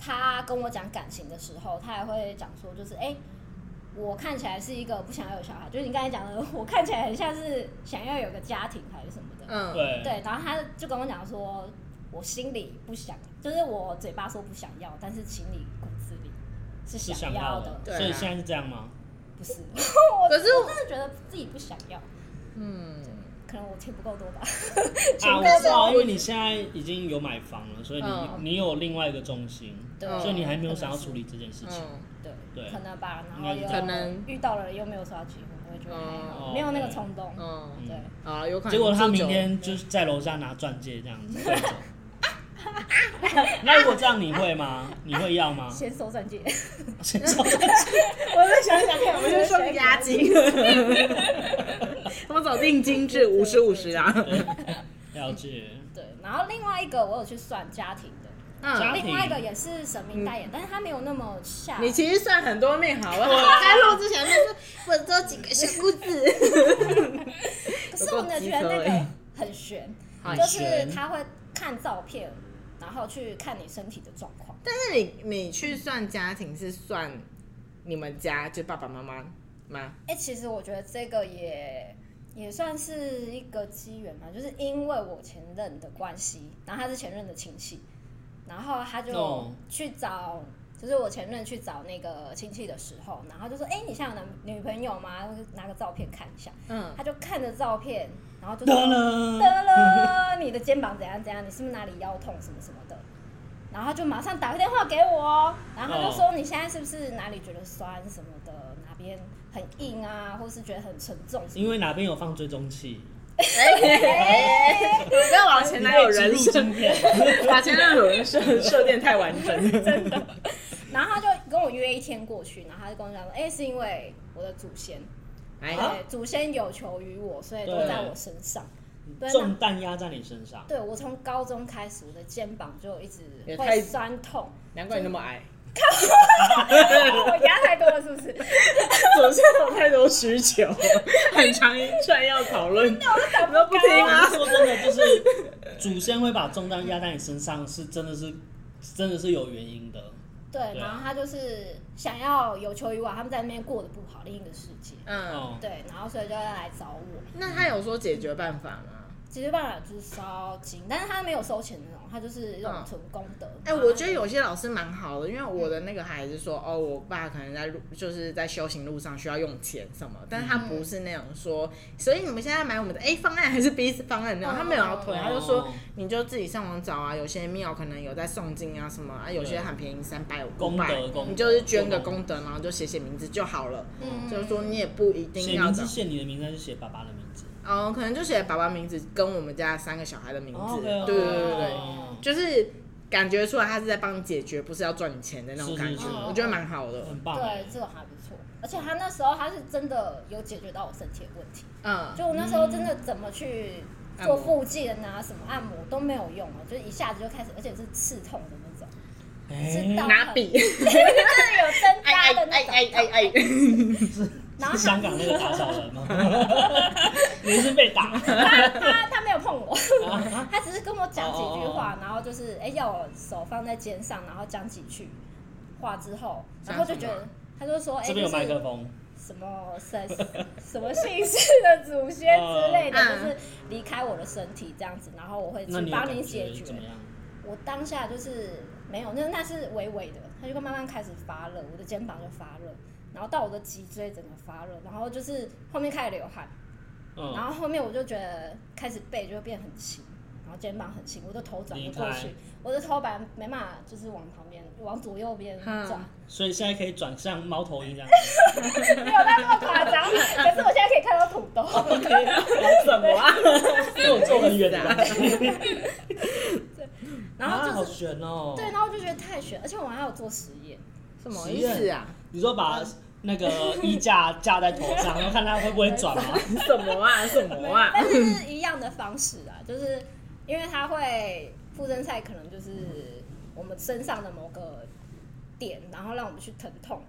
[SPEAKER 5] 他跟我讲感情的时候，他还会讲说，就是哎、诶我看起来是一个不想要有小孩，就是你刚才讲的，我看起来很像是想要有个家庭还是什么的，
[SPEAKER 2] 嗯，，
[SPEAKER 4] 对，
[SPEAKER 5] 对，然后他就跟我讲说，我心里不想，就是我嘴巴说不想要，但是心里骨子里是
[SPEAKER 4] 是
[SPEAKER 5] 想
[SPEAKER 4] 要
[SPEAKER 5] 的，
[SPEAKER 2] 对啊
[SPEAKER 4] 所以现在是这 样吗？
[SPEAKER 5] 不是？
[SPEAKER 2] 可是
[SPEAKER 5] 我真的觉得自己不想要，
[SPEAKER 2] 嗯，
[SPEAKER 5] 可能我钱不够多吧。
[SPEAKER 4] 啊，我知道，因为你现在已经有买房了，所以你
[SPEAKER 2] 嗯
[SPEAKER 4] 你有另外一个重心，
[SPEAKER 5] 对
[SPEAKER 4] 所以你还没有想要
[SPEAKER 5] 可能是
[SPEAKER 4] 处理这件事情。
[SPEAKER 2] 嗯，
[SPEAKER 5] 对，
[SPEAKER 4] 对
[SPEAKER 5] 可能吧，然
[SPEAKER 4] 应
[SPEAKER 5] 后
[SPEAKER 4] 该是
[SPEAKER 5] 又
[SPEAKER 2] 可能
[SPEAKER 5] 遇到了又没有说要结婚，我觉得还好，
[SPEAKER 4] 哦
[SPEAKER 5] 没有那个
[SPEAKER 4] OK
[SPEAKER 5] 冲动。
[SPEAKER 2] 嗯，
[SPEAKER 5] 对，
[SPEAKER 2] 好了，有可能
[SPEAKER 4] 结果他
[SPEAKER 2] 住久
[SPEAKER 4] 明
[SPEAKER 2] 了
[SPEAKER 4] 天就是在楼下拿钻戒这样子带走。 那如果这样你会吗？你会 要吗？
[SPEAKER 5] 先收 钻戒，
[SPEAKER 4] 先收钻戒
[SPEAKER 2] 我再想想看，我就说啊押金， 我走定金制五十五十 啊。
[SPEAKER 4] 了解，
[SPEAKER 5] 对。然后另外一个我有去算家庭的，
[SPEAKER 4] 家
[SPEAKER 2] 嗯，
[SPEAKER 4] 庭
[SPEAKER 5] 另外一个也是神明代言，但是他没有那么下。
[SPEAKER 2] 你其实算很多命好了。开录之前就是我做几个小姑子，
[SPEAKER 5] 可是我们觉得那个很悬，
[SPEAKER 2] 很
[SPEAKER 5] 就是
[SPEAKER 4] 悬
[SPEAKER 5] 他会看照片，然后去看你身体的状况。
[SPEAKER 2] 但是你你去算家庭是算你们家就爸爸妈妈吗？
[SPEAKER 5] 哎、其实我觉得这个也也算是一个机缘嘛，就是因为我前任的关系，然后他是前任的亲戚，然后他就
[SPEAKER 4] 哦
[SPEAKER 5] 去找。就是我前任去找那个亲戚的时候，然后就说：“哎、你现在有男女朋友吗？拿个照片看一下。”
[SPEAKER 2] 嗯，
[SPEAKER 5] 他就看着照片，然后就说
[SPEAKER 4] 得了，
[SPEAKER 5] 得了，你的肩膀怎样怎样，你是不是哪里腰痛什么什么的？然后他就马上打个电话给我哦，然后他就说你现在是不是哪里觉得酸什么的，哪边很硬啊，或是觉得很沉重什么
[SPEAKER 4] 因为哪边有放追踪器，
[SPEAKER 2] 不要往前男友人
[SPEAKER 4] 植 入
[SPEAKER 2] 生
[SPEAKER 4] 晶，片，
[SPEAKER 2] 把前男友人生设定太完整 了。
[SPEAKER 5] 的？然后他就跟我约一天过去，然后他就跟我讲说，哎、是因为我的祖先，
[SPEAKER 2] 哎，
[SPEAKER 4] 啊
[SPEAKER 5] 对，祖先有求于我，所以都
[SPEAKER 4] 对
[SPEAKER 5] 在我身上。对，
[SPEAKER 4] 重
[SPEAKER 5] 那
[SPEAKER 4] 担压在你身上。
[SPEAKER 5] 对我从高中开始，我的肩膀就一直
[SPEAKER 2] 也太
[SPEAKER 5] 会酸痛，
[SPEAKER 2] 难怪你那么矮，
[SPEAKER 5] 我压太多了是不是？
[SPEAKER 2] 总是有太多需求， 很长一串要讨论，
[SPEAKER 5] 长
[SPEAKER 2] 我都不听啊。
[SPEAKER 4] 说真的，就是祖先会把重担压在你身上，是真的是真的是有原因的。
[SPEAKER 5] 对，
[SPEAKER 2] 啊
[SPEAKER 4] 对
[SPEAKER 5] 然后他就是想要有求于我，他们在那边过得不好，另一个世界。
[SPEAKER 2] 嗯，
[SPEAKER 4] 哦，
[SPEAKER 5] 对，然后所以就要来找我。
[SPEAKER 2] 那他有说解决办法吗？
[SPEAKER 5] 解决办法就是烧金，但是他没有收钱那种，他就是那种
[SPEAKER 2] 嗯
[SPEAKER 5] 纯功德。
[SPEAKER 2] 哎、我觉得有些老师蛮好的，因为我
[SPEAKER 4] 嗯
[SPEAKER 2] 的那个孩子说，哦，我爸可能在路，就是在修行路上需要用钱什么，但是他
[SPEAKER 4] 嗯
[SPEAKER 2] 不是那种说，所以你们现在买我们的 A 方案还是 B 方案那种，
[SPEAKER 5] 哦
[SPEAKER 2] 他没有要推，
[SPEAKER 5] 哦
[SPEAKER 2] 他就说你就自己上网找啊，有些庙可能有在诵经啊什么啊，有些很便宜三百五
[SPEAKER 4] 功
[SPEAKER 2] 百
[SPEAKER 4] 德功，德
[SPEAKER 2] 你就是捐个功德，然后就写写名字就好了，
[SPEAKER 5] 嗯
[SPEAKER 2] 就是说你也不一定
[SPEAKER 4] 写
[SPEAKER 2] 要
[SPEAKER 4] 名
[SPEAKER 2] 找
[SPEAKER 4] 字，写你的名字还是写爸爸的名字？
[SPEAKER 2] 哦，可能就写爸爸名字跟我们家三个小孩的名字，
[SPEAKER 4] 哦
[SPEAKER 2] 对
[SPEAKER 4] ，OK，OK
[SPEAKER 2] 对对对对。
[SPEAKER 4] 哦
[SPEAKER 2] 就是感觉出来他是在帮你解决，不是要赚你钱的那种
[SPEAKER 4] 是是
[SPEAKER 2] 感觉，
[SPEAKER 4] 是
[SPEAKER 2] 我觉得蛮好的。
[SPEAKER 4] 很棒
[SPEAKER 5] 对
[SPEAKER 4] 欸，，
[SPEAKER 5] 这个还不错，而且他那时候他是真的有解决到我身体的问题，
[SPEAKER 2] 嗯，
[SPEAKER 5] 就我那时候真的怎么去做附件啊，什么按摩都没有用了，就是一下子就开始，而且是刺痛的那 种， 知道
[SPEAKER 4] 哎，
[SPEAKER 2] 拿笔，
[SPEAKER 5] 真的有针
[SPEAKER 2] 哎
[SPEAKER 5] 扎
[SPEAKER 2] 哎
[SPEAKER 5] 的那
[SPEAKER 2] 哎哎
[SPEAKER 5] 种。
[SPEAKER 2] 哎哎，
[SPEAKER 5] 然后
[SPEAKER 4] 是
[SPEAKER 5] 他
[SPEAKER 4] 香港那个打小人吗？你是被打？
[SPEAKER 5] 他他他没有碰我，
[SPEAKER 4] 哦
[SPEAKER 5] 他只是跟我讲几句话，然后就是哎、要我手放在肩上，然后讲几句话之后，然后就觉
[SPEAKER 2] 讲什
[SPEAKER 5] 得他就说哎、
[SPEAKER 4] 这
[SPEAKER 5] 就
[SPEAKER 4] 边有麦克
[SPEAKER 5] 是
[SPEAKER 4] 风，
[SPEAKER 5] 什么神什么 姓氏的祖先之类的，
[SPEAKER 2] 嗯
[SPEAKER 5] 就是离开我的身体这样子，然后我会去
[SPEAKER 4] 哦那你有
[SPEAKER 5] 帮
[SPEAKER 4] 感
[SPEAKER 5] 解
[SPEAKER 4] 觉
[SPEAKER 5] 决
[SPEAKER 4] 怎。么样？
[SPEAKER 5] 我当下就是没有，那那是微微的，它就慢慢开始发热，我的肩膀就发热，然后到我的脊椎整个发热，然后就是后面开始流汗，然
[SPEAKER 4] 嗯，
[SPEAKER 5] 后后面我就觉得开始背就变很轻，然后肩膀很轻，我的头转不过
[SPEAKER 4] 嗯离
[SPEAKER 5] 去
[SPEAKER 4] 开，
[SPEAKER 5] 我的头板没办法就是往旁边往左右边
[SPEAKER 2] 嗯
[SPEAKER 5] 转，
[SPEAKER 4] 所以现在可以转向猫头鹰这样。
[SPEAKER 5] 没有到那么夸 张，可是我现在可以看到土豆。
[SPEAKER 2] 怎么啊？
[SPEAKER 4] 因为我坐很远的关系，
[SPEAKER 5] 然后
[SPEAKER 4] 啊
[SPEAKER 5] 就
[SPEAKER 4] 好
[SPEAKER 5] 是、
[SPEAKER 4] 悬哦。
[SPEAKER 5] 对，然后我就觉得太悬，而且我还有做实验，
[SPEAKER 2] 什么意思啊？
[SPEAKER 4] 你说把那个衣架架在头上，然后看它会不会转吗？
[SPEAKER 2] 什么啊？什么 啊？
[SPEAKER 5] 但是是一样的方式啊，就是因为它会附身赛，可能就是我们身上的某个点，然后让我们去疼痛，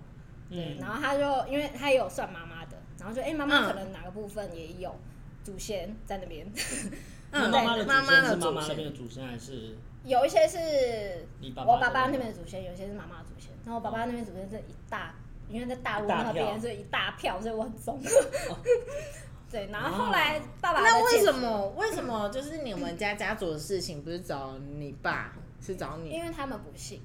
[SPEAKER 4] 嗯，
[SPEAKER 5] 然后他就因为他也有算妈妈的，然后就哎妈妈
[SPEAKER 2] 嗯
[SPEAKER 5] 可能哪个部分也有祖先在那边，
[SPEAKER 4] 那
[SPEAKER 2] 嗯，
[SPEAKER 4] 妈妈的祖
[SPEAKER 2] 妈
[SPEAKER 4] 先是
[SPEAKER 2] 的
[SPEAKER 4] 妈
[SPEAKER 2] 祖
[SPEAKER 4] 妈那边
[SPEAKER 2] 先，
[SPEAKER 4] 的祖先还是
[SPEAKER 5] 有一些是
[SPEAKER 4] 你爸爸？
[SPEAKER 5] 我爸爸那边的祖先，有一些是妈妈的祖先，然后我爸爸那边祖先是一大，因为在大陆
[SPEAKER 4] 一大
[SPEAKER 5] 那
[SPEAKER 4] 票
[SPEAKER 5] 边所以一大票，所以我很 重。对，然后后来爸爸的
[SPEAKER 2] 那为
[SPEAKER 5] 戒
[SPEAKER 2] 什
[SPEAKER 5] 指？
[SPEAKER 2] 么？为什么就是你们家家族的事情不是找你爸，是找你？
[SPEAKER 5] 因为他们不信，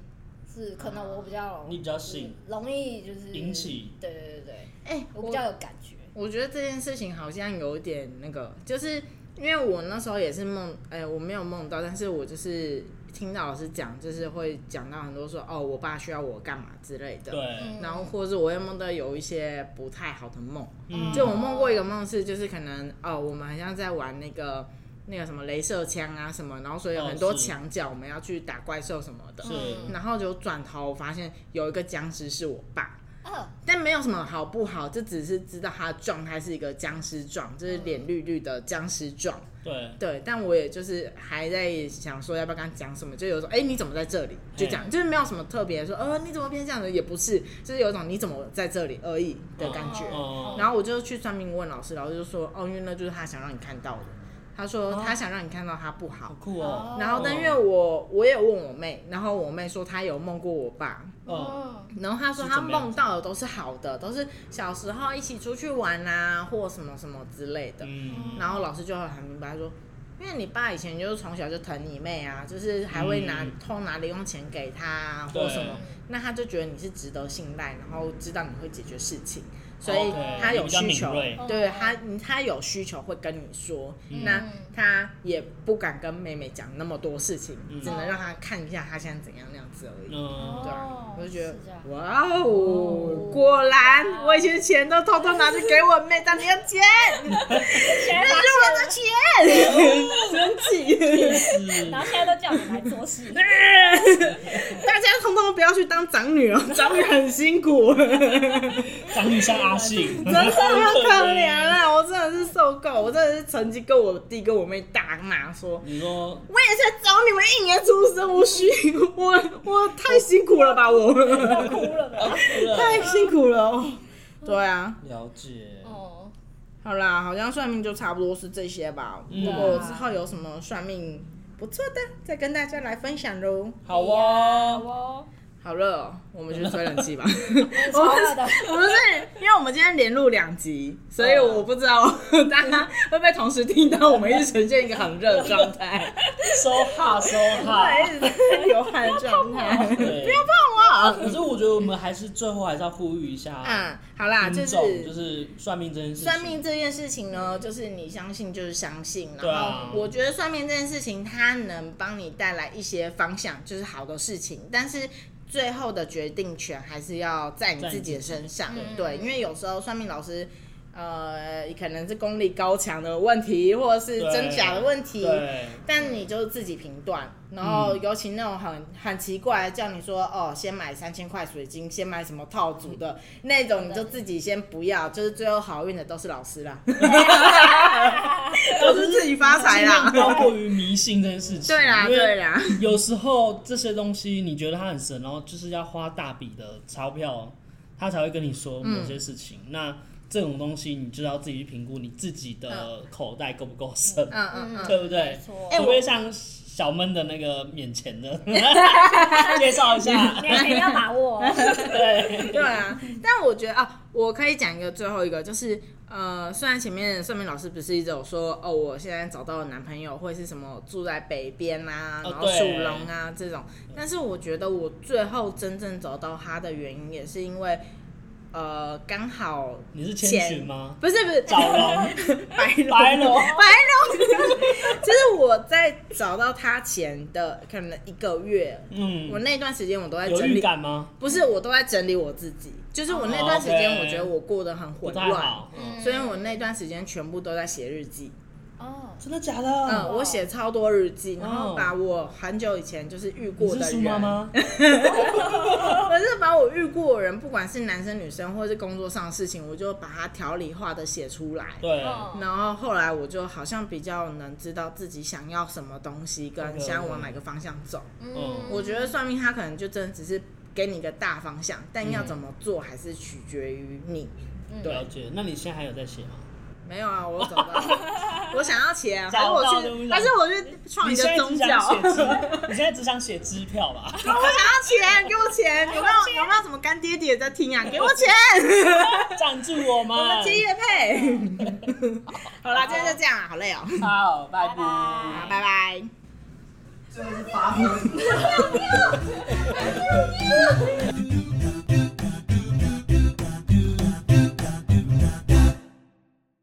[SPEAKER 5] 是可能我比较
[SPEAKER 4] 你比较信，
[SPEAKER 5] 容易就是
[SPEAKER 4] 引起
[SPEAKER 5] 对对对对，
[SPEAKER 2] 哎，
[SPEAKER 5] 我比较有感觉。
[SPEAKER 2] 我觉得这件事情好像有点那个，就是因为我那时候也是梦，哎、我没有梦到，但是我就是听到老师讲，就是会讲到很多说，哦，我爸需要我干嘛之类的。。
[SPEAKER 4] 对，
[SPEAKER 2] 嗯然后或者是我会梦到有一些不太好的梦，
[SPEAKER 4] 嗯
[SPEAKER 2] 就我梦过一个梦是，就是可能哦，我们好像在玩那个那个什么镭射枪啊什么，然后所以有
[SPEAKER 4] 哦
[SPEAKER 2] 很多
[SPEAKER 4] 是
[SPEAKER 2] 墙角，我们要去打怪兽什么的。
[SPEAKER 4] 是
[SPEAKER 2] 嗯然后就转头发现有一个僵尸是我爸，
[SPEAKER 5] 哦，
[SPEAKER 2] 但没有什么好不好，就只是知道他的状态是一个僵尸状，就是
[SPEAKER 4] 嗯
[SPEAKER 2] 脸绿绿的僵尸状。
[SPEAKER 4] 对，
[SPEAKER 2] 对，但我也就是还在想说要不要跟他讲什么，就有种哎、你怎么在这里？就讲就是没有什么特别说呃你怎么变这样的，也不是，就是有一种你怎么在这里而已的感觉。
[SPEAKER 4] 哦
[SPEAKER 2] 然后我就去算命问老师，老师就说哦因为那就是他想让你看到的，他说他想让你看到他不好
[SPEAKER 4] 哦好。酷哦。
[SPEAKER 2] 然后但因为
[SPEAKER 4] 哦
[SPEAKER 2] 我我也问我妹，然后我妹说她有梦过我爸，
[SPEAKER 4] 哦，
[SPEAKER 2] 然后他说
[SPEAKER 4] 是
[SPEAKER 2] 他
[SPEAKER 4] 怎么样
[SPEAKER 2] 梦到的都是好的，都是小时候一起出去玩啊，或什么什么之类的。
[SPEAKER 4] 嗯，
[SPEAKER 2] 然后老师就很明白说，因为你爸以前就是从小就疼你妹啊，就是还会拿、
[SPEAKER 4] 嗯
[SPEAKER 2] 偷拿零用钱给他、啊、
[SPEAKER 4] 对
[SPEAKER 2] 或什么，那他就觉得你是值得信赖，然后知道你会解决事情，所以
[SPEAKER 4] OK，
[SPEAKER 2] 他有
[SPEAKER 4] 哦你比较
[SPEAKER 2] 需
[SPEAKER 4] 敏
[SPEAKER 2] 求
[SPEAKER 4] 锐，嗯
[SPEAKER 2] 对
[SPEAKER 5] 哦
[SPEAKER 2] 他他有需求会跟你说，那他也不敢跟妹妹讲那么多事情，
[SPEAKER 4] 嗯
[SPEAKER 2] 只能让他看一下他现在怎样那样子而已。
[SPEAKER 4] 嗯，
[SPEAKER 2] 对啊
[SPEAKER 5] 哦，
[SPEAKER 2] 我就觉得
[SPEAKER 5] 是这样
[SPEAKER 2] 哇哦，果然我以前钱都偷偷拿去给我妹当零用钱，
[SPEAKER 5] 现在
[SPEAKER 2] 这 是我的钱，生气，
[SPEAKER 4] 是
[SPEAKER 5] 然后现在都叫你来做事，
[SPEAKER 2] 大家通通不要去当长女哦， 长女很辛苦， 真
[SPEAKER 4] 长得像阿信，真
[SPEAKER 2] 的很可怜。 啊！我真的是受够，我真的是曾经跟我弟跟我妹大骂说。
[SPEAKER 4] 你说
[SPEAKER 2] 我也是找你们一年出生，无需我我太辛苦了吧，我
[SPEAKER 5] 要哭了
[SPEAKER 4] 啊
[SPEAKER 5] 吧？
[SPEAKER 2] 太辛苦了哦。对啊，
[SPEAKER 4] 了解，
[SPEAKER 5] 哦，
[SPEAKER 2] 好啦，好像算命就差不多是这些吧。
[SPEAKER 4] 嗯
[SPEAKER 2] 如果我之后有什么算命不错的，再跟大家来分享喽。
[SPEAKER 4] 好
[SPEAKER 5] 哎呀
[SPEAKER 4] 哦
[SPEAKER 5] 好。哦，
[SPEAKER 2] 好热哦，我们去吹冷气吧。
[SPEAKER 5] 超热的。
[SPEAKER 2] 我们是因为我们今天连录两集，所以我不知道 大家会不会同时听到我们一直呈现一个很热的状 态，
[SPEAKER 4] 收哈收哈。
[SPEAKER 2] 对，一直在流汗的状 态。
[SPEAKER 4] 对，
[SPEAKER 2] 哇，
[SPEAKER 4] 可是我觉得我们还是最后还是要呼吁一下
[SPEAKER 2] 嗯，好啦，就
[SPEAKER 4] 听
[SPEAKER 2] 是
[SPEAKER 4] 众，就是算命这件事情。
[SPEAKER 2] 算命这件事情呢，就是你相信就是相信，
[SPEAKER 4] 对
[SPEAKER 2] 然
[SPEAKER 4] 啊
[SPEAKER 2] 后我觉得算命这件事情，它能帮你带来一些方向，就是好的事情，但是。最后的决定权还是要在你
[SPEAKER 4] 在你
[SPEAKER 2] 自己的
[SPEAKER 4] 自己
[SPEAKER 2] 身上，
[SPEAKER 5] 嗯
[SPEAKER 2] 对，因为有时候算命老师，呃，可能是功力高强的问题，或者是
[SPEAKER 4] 对
[SPEAKER 2] 真假的问题，
[SPEAKER 4] 对，
[SPEAKER 2] 但你就自己评断，然后尤其那种很很奇怪，叫你说哦，先买三千块水晶，先买什么套组嗯的那种，你就自己先不要，就是最后好运的都是老 师啦，都是自己发财啦
[SPEAKER 4] 尽量。 高过于迷信这件事情。
[SPEAKER 2] 对啦，
[SPEAKER 4] 因为
[SPEAKER 2] 对啊啦，
[SPEAKER 4] 有时候这些东西你觉得它很神，然后就是要花大笔的钞票，他才会跟你说某些事情。那这种东西你就要自己去评估你自己的口袋够不够深，
[SPEAKER 2] 嗯嗯嗯，
[SPEAKER 4] 对不对
[SPEAKER 5] 没错？
[SPEAKER 2] 哎
[SPEAKER 4] 除
[SPEAKER 2] 我
[SPEAKER 4] 非像小闷的那个免钱 的，介绍一下，
[SPEAKER 5] 你一定要把握哦，
[SPEAKER 4] 对，
[SPEAKER 2] 对啊。但我觉得啊，我可以讲一个最后一个，就是呃，虽然前面算命老师不是一直有说哦，我现在找到了男朋友，或者是什么住在北边啊，
[SPEAKER 4] 哦
[SPEAKER 2] 然后属龙啊这种，但是我觉得我最后真正找到他的原因，也是因为呃，刚好
[SPEAKER 4] 你是千寻吗？
[SPEAKER 2] 不是不是
[SPEAKER 4] 找龙，
[SPEAKER 2] 白龙
[SPEAKER 4] 白龙，
[SPEAKER 2] 就是我在找到他前的可能一个月，我
[SPEAKER 4] 嗯，
[SPEAKER 2] 那段时间我都在
[SPEAKER 4] 有
[SPEAKER 2] 整
[SPEAKER 4] 预
[SPEAKER 2] 理
[SPEAKER 4] 感吗？
[SPEAKER 2] 不是，我都在整理我自己。就是我那段时间，我觉得我过得很
[SPEAKER 4] 哦不
[SPEAKER 2] 混
[SPEAKER 4] 太
[SPEAKER 2] 乱，
[SPEAKER 4] 好，
[SPEAKER 5] 嗯
[SPEAKER 2] 所以我那段时间全部都在写日记。
[SPEAKER 5] 哦，
[SPEAKER 4] 真的假
[SPEAKER 2] 嗯，
[SPEAKER 4] 的？
[SPEAKER 2] 我写超多日记，然后
[SPEAKER 4] 哦
[SPEAKER 2] 把我很久以前就是遇
[SPEAKER 4] 你
[SPEAKER 2] 过
[SPEAKER 4] 是
[SPEAKER 2] 的
[SPEAKER 4] 苏
[SPEAKER 2] 人，
[SPEAKER 4] 妈妈？
[SPEAKER 2] 可是把 我遇过的人，不管是男生女生或是工作上的事情，我就把它条理化的写出来。
[SPEAKER 4] 对，
[SPEAKER 5] 哦
[SPEAKER 2] 然后后来我就好像比较能知道自己想要什么东西，跟
[SPEAKER 4] OK，OK
[SPEAKER 2] 想要往哪个方向走。
[SPEAKER 4] 嗯
[SPEAKER 2] 我觉得算命它可能就真的只是给你一个大方向，
[SPEAKER 4] 嗯
[SPEAKER 2] 但要怎么做还是取决于你。
[SPEAKER 4] 了解。那你现在还有在写吗？
[SPEAKER 2] 没有啊，我有找 到，我想要钱啊，还
[SPEAKER 4] 找
[SPEAKER 2] 是我
[SPEAKER 4] 到对不
[SPEAKER 2] 去，
[SPEAKER 4] 对
[SPEAKER 2] 还是我去创一
[SPEAKER 4] 你
[SPEAKER 2] 个
[SPEAKER 4] 现在
[SPEAKER 2] 宗
[SPEAKER 4] 只
[SPEAKER 2] 教？
[SPEAKER 4] 想写支
[SPEAKER 2] 我，
[SPEAKER 4] 你现在只想写支票吧？
[SPEAKER 2] 想要钱，给我钱！有没有有没有什么干爹爹在听啊？给我 钱，
[SPEAKER 4] 赞助我们
[SPEAKER 2] 我们接业 配。好啦，今天就这样啦，好累哦，
[SPEAKER 4] 好，拜
[SPEAKER 5] 拜拜
[SPEAKER 2] 好，拜拜。
[SPEAKER 4] 真的是发疯。